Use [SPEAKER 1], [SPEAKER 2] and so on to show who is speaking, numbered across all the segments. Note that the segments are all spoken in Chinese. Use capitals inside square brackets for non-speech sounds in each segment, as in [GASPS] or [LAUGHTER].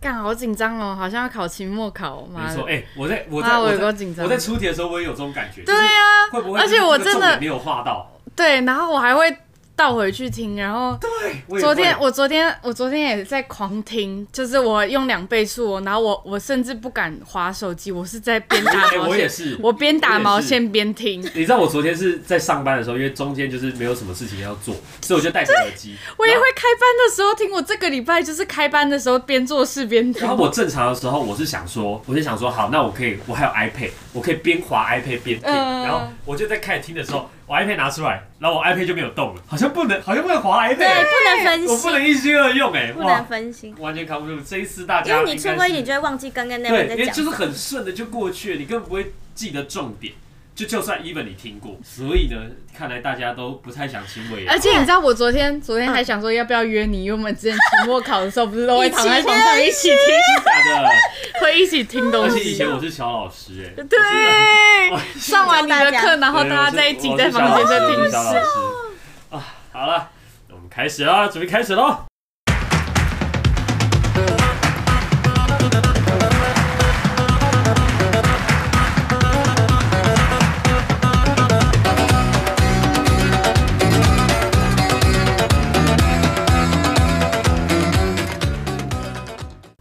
[SPEAKER 1] 干好紧张哦，好像要考期末考哦，妈
[SPEAKER 2] 你
[SPEAKER 1] 的
[SPEAKER 2] 说，，哎、我在我
[SPEAKER 1] 妈
[SPEAKER 2] 在
[SPEAKER 1] 我有
[SPEAKER 2] 我
[SPEAKER 1] 够
[SPEAKER 2] 在
[SPEAKER 1] 紧张
[SPEAKER 2] 我在出题的时候，我也有这种感觉，
[SPEAKER 1] 对
[SPEAKER 2] 就是
[SPEAKER 1] 啊，
[SPEAKER 2] 会不会？
[SPEAKER 1] 而且我真的
[SPEAKER 2] 没有画到。
[SPEAKER 1] 对，然后我还会倒回去听，然后
[SPEAKER 2] 对，我也
[SPEAKER 1] 昨天
[SPEAKER 2] 会
[SPEAKER 1] 我昨天我昨天也在狂听，就是我用两倍速、哦，然后我我甚至不敢划手机，我是在边打
[SPEAKER 2] 哎
[SPEAKER 1] 毛
[SPEAKER 2] 我也
[SPEAKER 1] 线，
[SPEAKER 2] 是，
[SPEAKER 1] 我边打毛
[SPEAKER 2] 我也
[SPEAKER 1] 线边听，
[SPEAKER 2] 你知道我昨天是在上班的时候，因为中间就是没有什么事情要做，所以我就戴着耳机。
[SPEAKER 1] 我也会开班的时候听，我这个礼拜就是开班的时候边做事边听
[SPEAKER 2] 然后。然后我正常的时候，我是想说，我就想说，好，那我可以，我还有 iPad，我可以边滑 iPad 边听。
[SPEAKER 1] 嗯
[SPEAKER 2] 然后我就在开始听的时候，我 iPad 拿出来，然后我 iPad 就没有动了，好像不能，好像不能滑 iPad，
[SPEAKER 3] 对，
[SPEAKER 2] 欸
[SPEAKER 3] 不能分
[SPEAKER 2] 我不
[SPEAKER 3] 心，
[SPEAKER 2] 能一心二用哎、
[SPEAKER 3] 不能
[SPEAKER 2] 哇，
[SPEAKER 3] 分心，
[SPEAKER 2] 完全扛不住。这一次大
[SPEAKER 3] 因
[SPEAKER 2] 家
[SPEAKER 3] 为你
[SPEAKER 2] 应该
[SPEAKER 3] 错
[SPEAKER 2] 是
[SPEAKER 3] 过一点就会忘记刚刚那
[SPEAKER 2] 对
[SPEAKER 3] 边，在
[SPEAKER 2] 因为
[SPEAKER 3] 讲
[SPEAKER 2] 就
[SPEAKER 3] 什
[SPEAKER 2] 是
[SPEAKER 3] 么。
[SPEAKER 2] 很顺的就过去了，你根本不会记得重点。就就算 even 你听过，所以呢，看来大家都不太想请我也
[SPEAKER 1] 而且你知道，我昨天昨天还想说要不要约你，因为我们之前期末考的时候不是都会
[SPEAKER 3] 一起
[SPEAKER 1] 躺在床上一起听，
[SPEAKER 2] 假的。
[SPEAKER 1] 会一起听 [LAUGHS] 东
[SPEAKER 2] 而且以
[SPEAKER 1] 西
[SPEAKER 2] 前。我是小老师哎、
[SPEAKER 1] 对，
[SPEAKER 2] 我是
[SPEAKER 1] 上完你的课，然后
[SPEAKER 2] 对
[SPEAKER 1] 大家
[SPEAKER 2] 我是
[SPEAKER 1] 在一起在房间在
[SPEAKER 2] 我
[SPEAKER 1] 听
[SPEAKER 2] 是。小老师我是小老师啊，好了，我们开始啦，准备开始喽。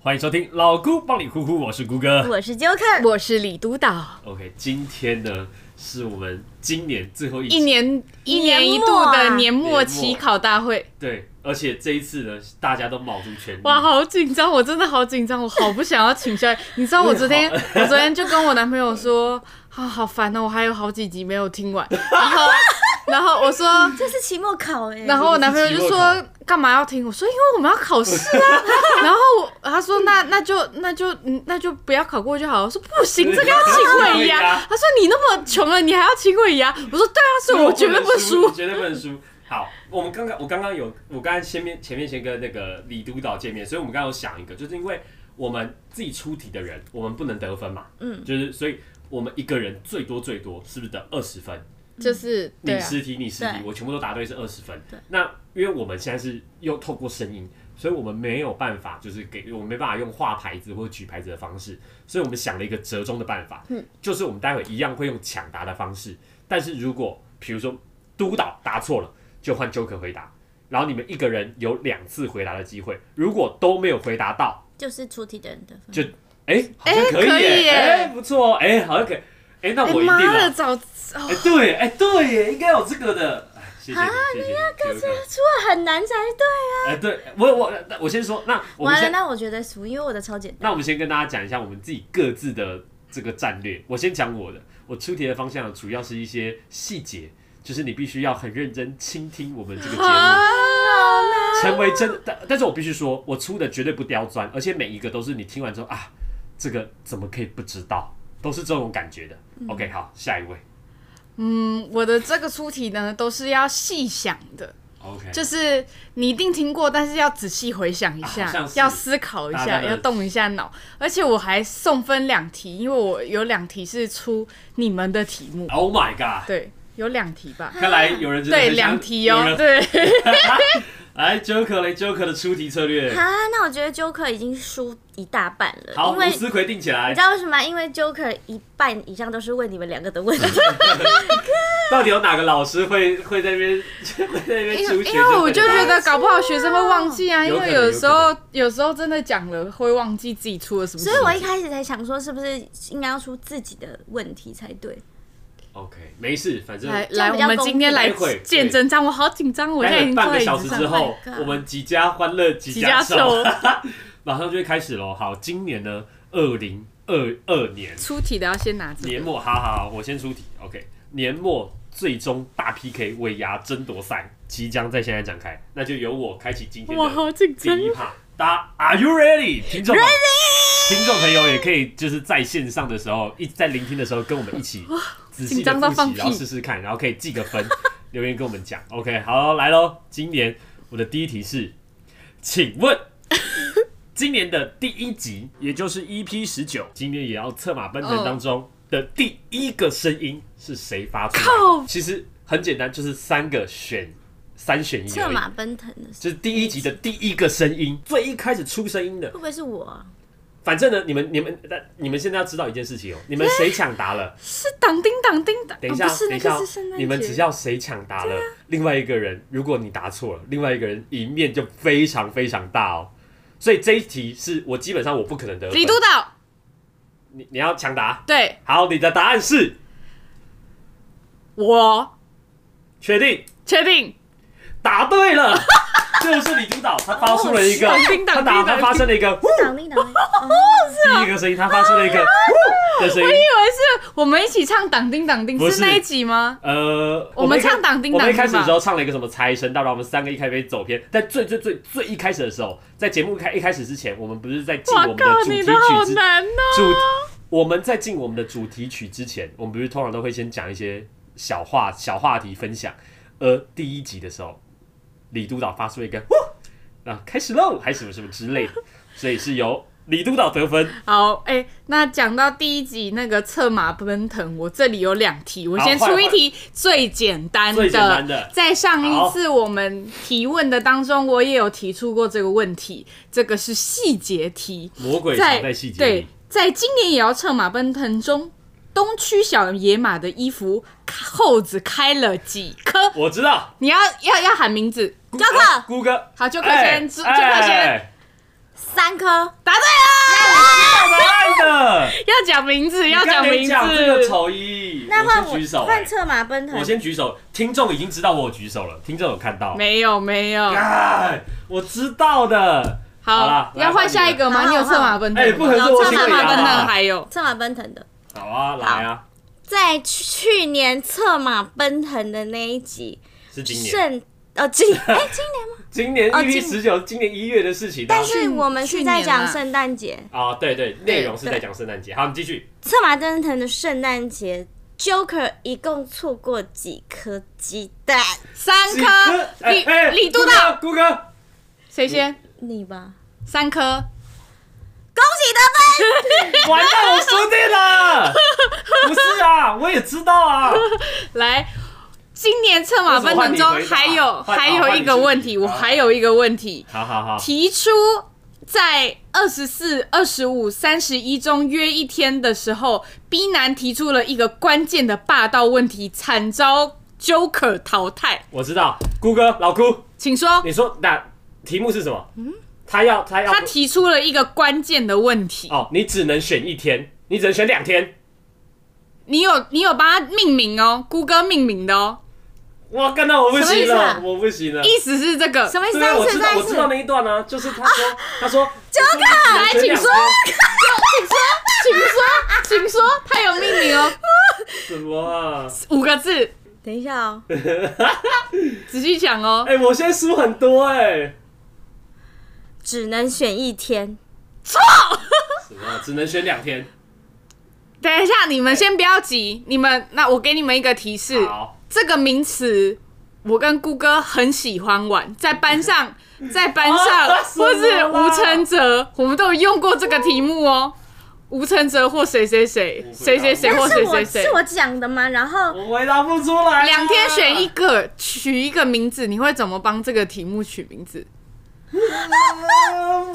[SPEAKER 2] 欢迎收听老姑帮你呼呼，我是姑哥，
[SPEAKER 3] 我是 Joker，
[SPEAKER 1] 我是李督导，
[SPEAKER 2] OK，今天呢是我们今年最后一期
[SPEAKER 1] 一年一年一度的年末期考大会，
[SPEAKER 2] 对，而且这一次呢，大家都卯足全力。
[SPEAKER 1] 哇，好紧张！我真的好紧张，我 [LAUGHS] 好不想要请假。你知道我昨
[SPEAKER 2] [LAUGHS]
[SPEAKER 1] 天，我昨天就跟我男朋友说，啊，好烦哦，我还有好几集没有听完。然后，然后我说，
[SPEAKER 3] 这是期末考哎，
[SPEAKER 1] 然后我男朋友就说干嘛要听？我说因为我们要考试啊。 [LAUGHS] 然后我他说那那就那就嗯那就不要考过就好。我说不行，这个要请尾
[SPEAKER 2] [LAUGHS] 对
[SPEAKER 1] 牙
[SPEAKER 2] 啊。
[SPEAKER 1] 他说你那么穷了，你还要请尾牙？我说对啊，所以我绝对不输。
[SPEAKER 2] [LAUGHS] 绝对不能输。好，我们刚刚我刚刚有，我刚刚前面前面先跟那个李督导见面，所以我们刚刚有想一个，就是因为我们自己出题的人，我们不能得分嘛，嗯，就是所以我们一个人最多最多是不是得二十分？
[SPEAKER 1] 就是对
[SPEAKER 2] 你
[SPEAKER 1] 啊，
[SPEAKER 2] 十题，你十题
[SPEAKER 3] 对，
[SPEAKER 2] 我全部都答对是二十分
[SPEAKER 3] 对。
[SPEAKER 2] 那因为我们现在是又透过声音，所以我们没有办法，就是给我们没办法用画牌子或举牌子的方式，所以我们想了一个折中的办法，就是我们待会一样会用抢答的方式，但是如果比如说督导答错了，就换 Joker 回答，然后你们一个人有两次回答的机会，如果都没有回答到，
[SPEAKER 3] 就是出题的人的分
[SPEAKER 2] 就哎、好像可
[SPEAKER 1] 可
[SPEAKER 2] 以
[SPEAKER 1] 以
[SPEAKER 2] 耶，
[SPEAKER 1] 耶
[SPEAKER 2] 哎、不错哦，哎、好像可以，哎、那
[SPEAKER 1] 哎
[SPEAKER 2] 我一定
[SPEAKER 1] 妈
[SPEAKER 2] 了
[SPEAKER 1] 的，。早哦
[SPEAKER 2] 哎、对，哎、对耶，应该有这个的。哎谢谢
[SPEAKER 1] 啊
[SPEAKER 2] 你，谢谢你。有一个
[SPEAKER 3] 出了很难才对。
[SPEAKER 2] 哎、对我我那我先说，那我们
[SPEAKER 3] 完了，
[SPEAKER 2] 先，
[SPEAKER 3] 那我觉得输，因为我的超简单。
[SPEAKER 2] 那我们先跟大家讲一下我们自己各自的这个战略。我先讲我的，我出题的方向主要是一些细节，就是你必须要很认真倾听我们这个节目，
[SPEAKER 1] 啊！
[SPEAKER 2] 成为真。但但是我必须说，我出的绝对不刁钻，而且每一个都是你听完之后啊，这个怎么可以不知道，都是这种感觉的。OK，好，下一位。
[SPEAKER 1] 嗯我的这个出题呢，都是要细想的，
[SPEAKER 2] OK，
[SPEAKER 1] 就是你一定听过，但是要仔细回想一
[SPEAKER 2] 啊好
[SPEAKER 1] 下
[SPEAKER 2] 像，是
[SPEAKER 1] 要思考一
[SPEAKER 2] 大家
[SPEAKER 1] 下，
[SPEAKER 2] 的
[SPEAKER 1] 要动一下脑。而且我还送分两题，因为我有两题是出你们的题目，
[SPEAKER 2] Oh my God，
[SPEAKER 1] 对，有两题吧？
[SPEAKER 2] 看来有人真的
[SPEAKER 1] 啊对，
[SPEAKER 2] 很想
[SPEAKER 1] 两题
[SPEAKER 2] 有人
[SPEAKER 1] 哦，对，
[SPEAKER 2] [LAUGHS] 来，Joker 嘞，Joker 的出题策略，
[SPEAKER 3] 哈，那我觉得 Joker 已经输一大半了，
[SPEAKER 2] 好，
[SPEAKER 3] 因
[SPEAKER 2] 吴
[SPEAKER 3] 为
[SPEAKER 2] 思奎定起来
[SPEAKER 3] 你知，道为什么吗？因为 Joker 一半以上都是问你们两个的
[SPEAKER 2] [LAUGHS]
[SPEAKER 3] 问题，
[SPEAKER 2] 到底有哪个老师会会在那边 [LAUGHS] 会在那边
[SPEAKER 1] 因
[SPEAKER 2] 出
[SPEAKER 1] 为
[SPEAKER 2] 学
[SPEAKER 1] 因为
[SPEAKER 2] 生
[SPEAKER 1] 我
[SPEAKER 2] 回
[SPEAKER 1] 就
[SPEAKER 2] 答
[SPEAKER 1] 觉得搞不好学生会忘记啊，因
[SPEAKER 2] 有可
[SPEAKER 1] 为
[SPEAKER 2] 能
[SPEAKER 1] 有时候有时候真的讲了会忘记自己出了什么
[SPEAKER 3] 所以我一
[SPEAKER 1] 题。
[SPEAKER 3] 开始才想说，是不是应该要出自己的问题才对？
[SPEAKER 2] OK，没事，反正
[SPEAKER 1] 来
[SPEAKER 3] 这
[SPEAKER 1] 来，
[SPEAKER 3] 样比
[SPEAKER 1] 我
[SPEAKER 3] 较
[SPEAKER 1] 们今天来
[SPEAKER 2] 公平啊待会
[SPEAKER 1] 见真章，我好紧张，我现在已
[SPEAKER 2] 待
[SPEAKER 1] 经坐在
[SPEAKER 2] 会半个
[SPEAKER 1] 椅
[SPEAKER 2] 小
[SPEAKER 1] 子
[SPEAKER 2] 时
[SPEAKER 1] 上
[SPEAKER 2] 之后
[SPEAKER 3] Oh my，god
[SPEAKER 2] 我们几家欢乐几
[SPEAKER 1] 几
[SPEAKER 2] 家
[SPEAKER 1] 家
[SPEAKER 2] 愁
[SPEAKER 1] 愁，
[SPEAKER 2] [LAUGHS] 马上就会开始喽。好，今年呢，二零二二
[SPEAKER 1] [LAUGHS]
[SPEAKER 2] 年
[SPEAKER 1] 出题的要先拿这
[SPEAKER 2] 年
[SPEAKER 1] 个。
[SPEAKER 2] 末，好好，好我先出题，OK，年末。最终大 PK 尾牙争夺赛即将在现在展开，那就由我开启今天的
[SPEAKER 1] 我好紧
[SPEAKER 2] 第
[SPEAKER 1] 张，啊
[SPEAKER 2] 一趴，大家 Are you ready？听众 ready，听众朋友也可以就是在线上的时候，一在聆听的时候跟我们一起仔细
[SPEAKER 1] 紧
[SPEAKER 2] 的
[SPEAKER 1] 张到
[SPEAKER 2] 复习
[SPEAKER 1] 放，屁
[SPEAKER 2] 然后试试看，然后可以记个分， [LAUGHS] 留言跟我们讲。OK，好，来喽，今年我的第一题是，请
[SPEAKER 1] [LAUGHS]
[SPEAKER 2] 问。今年的第一集，也就是 EP 十九，今年也要策马奔
[SPEAKER 1] 哦
[SPEAKER 2] 腾当中的第一个声音是谁发出来的
[SPEAKER 1] 靠
[SPEAKER 2] 其实很简单，就是三个选三选一
[SPEAKER 3] 策
[SPEAKER 2] 而已，
[SPEAKER 3] 马奔腾的时
[SPEAKER 2] 就是第一集的第一个声音，最一开始出声音的
[SPEAKER 3] 候，会。不会是我啊？
[SPEAKER 2] 反正呢，你们你们但你们现在要知道一件事情哦，你们谁抢
[SPEAKER 1] [LAUGHS]
[SPEAKER 2] 答了？
[SPEAKER 1] 是当叮当叮当，
[SPEAKER 2] 等一下，
[SPEAKER 1] 哦不是
[SPEAKER 2] 等
[SPEAKER 1] 那
[SPEAKER 2] 一
[SPEAKER 1] 个
[SPEAKER 2] 下
[SPEAKER 1] 是圣诞，节。啊
[SPEAKER 2] 你们只要谁抢答了，另外一个人，如果你答错了，另外一个人赢面就非常非常大哦。所以这一题是我基本上我不可能得分。
[SPEAKER 1] 李督导，
[SPEAKER 2] 你你要抢答，
[SPEAKER 1] 对
[SPEAKER 2] 好，你的答案是
[SPEAKER 1] 我
[SPEAKER 2] 确定，
[SPEAKER 1] 确定，
[SPEAKER 2] 答对
[SPEAKER 1] [LAUGHS]
[SPEAKER 2] 了，就是李督导，他发出了一个
[SPEAKER 1] 哦是，叮当
[SPEAKER 2] 他答
[SPEAKER 1] 叮当
[SPEAKER 2] 他发生了一个呼
[SPEAKER 3] 当当当，
[SPEAKER 1] 啊
[SPEAKER 2] 第一个声音，他发出了一个呼的声音。
[SPEAKER 1] 你以为是我们一起唱当叮当叮
[SPEAKER 2] 哎不是
[SPEAKER 1] 是那一集吗？
[SPEAKER 2] 呃，
[SPEAKER 1] 我们唱党叮
[SPEAKER 2] 我
[SPEAKER 1] 当
[SPEAKER 2] 们一
[SPEAKER 1] 叮
[SPEAKER 2] 开始的
[SPEAKER 1] 吧
[SPEAKER 2] 时候唱了一个什么财神到了，我们三个一开始走偏。但最最最最一开始的时候，在节目开一开始之前，我们不是在进
[SPEAKER 1] 哇
[SPEAKER 2] 我们的
[SPEAKER 1] 靠，
[SPEAKER 2] 主题
[SPEAKER 1] 你
[SPEAKER 2] 曲
[SPEAKER 1] 的好
[SPEAKER 2] 之
[SPEAKER 1] 难哦！
[SPEAKER 2] 主，我们在进我们的主题曲之前，我们不是通常都会先讲一些小话小话题分享。而第一集的时候，李督导发出一个“哇”，啊，开始喽，还什么什么之类的，所以是由李督导得分。
[SPEAKER 1] 好，哎、那讲到第一集那个策马奔腾，我这里有两题，我
[SPEAKER 2] 好
[SPEAKER 1] 先
[SPEAKER 2] 换
[SPEAKER 1] 出一
[SPEAKER 2] 换
[SPEAKER 1] 题最简单的。
[SPEAKER 2] 最简单的
[SPEAKER 1] 在上
[SPEAKER 2] 好
[SPEAKER 1] 一次我们提问的当中，我也有提出过这个问题，这个是细节题，
[SPEAKER 2] 魔鬼藏在细节里
[SPEAKER 1] 对。，在今年也要策马奔腾中，东区小野马的衣服扣子开了几颗？
[SPEAKER 2] 我知道，
[SPEAKER 1] 你要要要喊名字，
[SPEAKER 3] 教课
[SPEAKER 2] 姑哥，
[SPEAKER 1] 好，就
[SPEAKER 2] 就
[SPEAKER 1] 可先，就可
[SPEAKER 2] 哎
[SPEAKER 1] 先。
[SPEAKER 2] [LAUGHS]
[SPEAKER 3] 三颗，
[SPEAKER 1] 答对了，
[SPEAKER 2] 答案的，
[SPEAKER 1] 要讲名字，要讲名
[SPEAKER 2] 你刚才
[SPEAKER 1] 字。
[SPEAKER 2] 讲这个丑一，
[SPEAKER 3] 那换
[SPEAKER 2] 我先举手，哎
[SPEAKER 3] 换策马奔腾
[SPEAKER 2] 我，先举手，听众已经知道我有举手了，听众有看到，
[SPEAKER 1] 没有没有，
[SPEAKER 2] 哎，我知道的，好啦
[SPEAKER 1] 好，
[SPEAKER 2] 来
[SPEAKER 1] 要换下一个
[SPEAKER 3] 换
[SPEAKER 1] 吗？
[SPEAKER 3] 你
[SPEAKER 1] 你有策马奔腾吗？
[SPEAKER 2] 哎不可能是我
[SPEAKER 1] 策
[SPEAKER 3] 先回
[SPEAKER 1] 马
[SPEAKER 3] 答
[SPEAKER 1] 奔
[SPEAKER 2] 吧
[SPEAKER 1] 腾还有
[SPEAKER 3] 策马奔腾的，
[SPEAKER 2] 好啊，来啊，
[SPEAKER 3] 在去去年策马奔腾的那一集，
[SPEAKER 2] 是今年，
[SPEAKER 3] 圣呃今哎今年，
[SPEAKER 2] 今年
[SPEAKER 3] 哦
[SPEAKER 2] EP
[SPEAKER 3] 今
[SPEAKER 2] 十九，今年一月的事情啊，
[SPEAKER 3] 但是
[SPEAKER 1] 去
[SPEAKER 3] 我们是在
[SPEAKER 1] 去年
[SPEAKER 3] 讲
[SPEAKER 1] 啦
[SPEAKER 3] 圣诞节，
[SPEAKER 2] 啊，对对，内容是在
[SPEAKER 3] 对
[SPEAKER 2] 讲圣诞节，好，你继续，
[SPEAKER 3] 策马奔腾的圣诞节，Joker 一共错过几颗鸡蛋？
[SPEAKER 1] 三
[SPEAKER 2] 几颗哎
[SPEAKER 1] 颗，李李督导，
[SPEAKER 2] 姑哥，
[SPEAKER 1] 谁先？
[SPEAKER 3] 你吧，
[SPEAKER 1] 三颗，
[SPEAKER 3] 恭喜得分。
[SPEAKER 2] 完蛋，我输定了，不是啊，我也知道啊，
[SPEAKER 1] 来。今年策马奔腾中
[SPEAKER 2] 为什么换你回答
[SPEAKER 1] 还有
[SPEAKER 2] 换
[SPEAKER 1] 还有一个问题，
[SPEAKER 2] 换你出
[SPEAKER 1] 我
[SPEAKER 2] 题
[SPEAKER 1] 还有一个问题，
[SPEAKER 2] 好好好，
[SPEAKER 1] 提出在二十四、二十五、三十一中约一天的时候，B 男提出了一个关键的霸道问题，惨遭 Joker 淘汰，
[SPEAKER 2] 我知道，姑哥，老姑。
[SPEAKER 1] 请说。
[SPEAKER 2] 你说那题目是什么？他要他要
[SPEAKER 1] 他提出了一个关键的问题，
[SPEAKER 2] 哦，你只能选一天，你只能选两天。
[SPEAKER 1] 你有你有帮他命名哦，谷歌命名的哦，
[SPEAKER 2] 哇，干到我不
[SPEAKER 3] 什么意
[SPEAKER 2] 行
[SPEAKER 3] 思啊
[SPEAKER 2] 了，我不行了。
[SPEAKER 1] 意思是这个。
[SPEAKER 3] 什么意思？
[SPEAKER 2] 对啊，
[SPEAKER 3] 再一
[SPEAKER 2] 我
[SPEAKER 3] 次，
[SPEAKER 2] 知道
[SPEAKER 3] 再一
[SPEAKER 2] 我
[SPEAKER 3] 次啊
[SPEAKER 2] 知，道那一段呢，就是他说他说九个
[SPEAKER 1] 来，请说，
[SPEAKER 3] [LAUGHS]
[SPEAKER 1] 请说，请说，他有命名哦，
[SPEAKER 2] 什么啊？
[SPEAKER 1] 五个字，
[SPEAKER 3] 等一下哦，
[SPEAKER 1] 仔细想哦，
[SPEAKER 2] 哎，我现在输很多哎。
[SPEAKER 3] 只能选一天。
[SPEAKER 2] 什么啊？只能选两天？
[SPEAKER 1] 等一下，你们先不要急，你们那我给你们一个提
[SPEAKER 3] 嗯
[SPEAKER 1] 示，
[SPEAKER 2] 好，
[SPEAKER 1] 这个名词我跟谷歌很喜欢玩，在班
[SPEAKER 3] [LAUGHS]
[SPEAKER 1] 上，在班上、
[SPEAKER 3] 哦
[SPEAKER 2] 啊什么
[SPEAKER 1] 或是
[SPEAKER 2] 啦
[SPEAKER 1] 吴承泽，我们都有用过这个题目哦。吴承泽或谁谁谁
[SPEAKER 2] 我，
[SPEAKER 1] 谁谁谁 [LAUGHS]
[SPEAKER 2] 不
[SPEAKER 1] 或
[SPEAKER 3] 那是
[SPEAKER 1] 谁
[SPEAKER 3] 我
[SPEAKER 1] 谁谁
[SPEAKER 3] 是，我讲的吗？然后啊
[SPEAKER 2] 我回答不出来。啊
[SPEAKER 1] 两天选一。个，取一个名字，你会怎么帮这个题目取名字？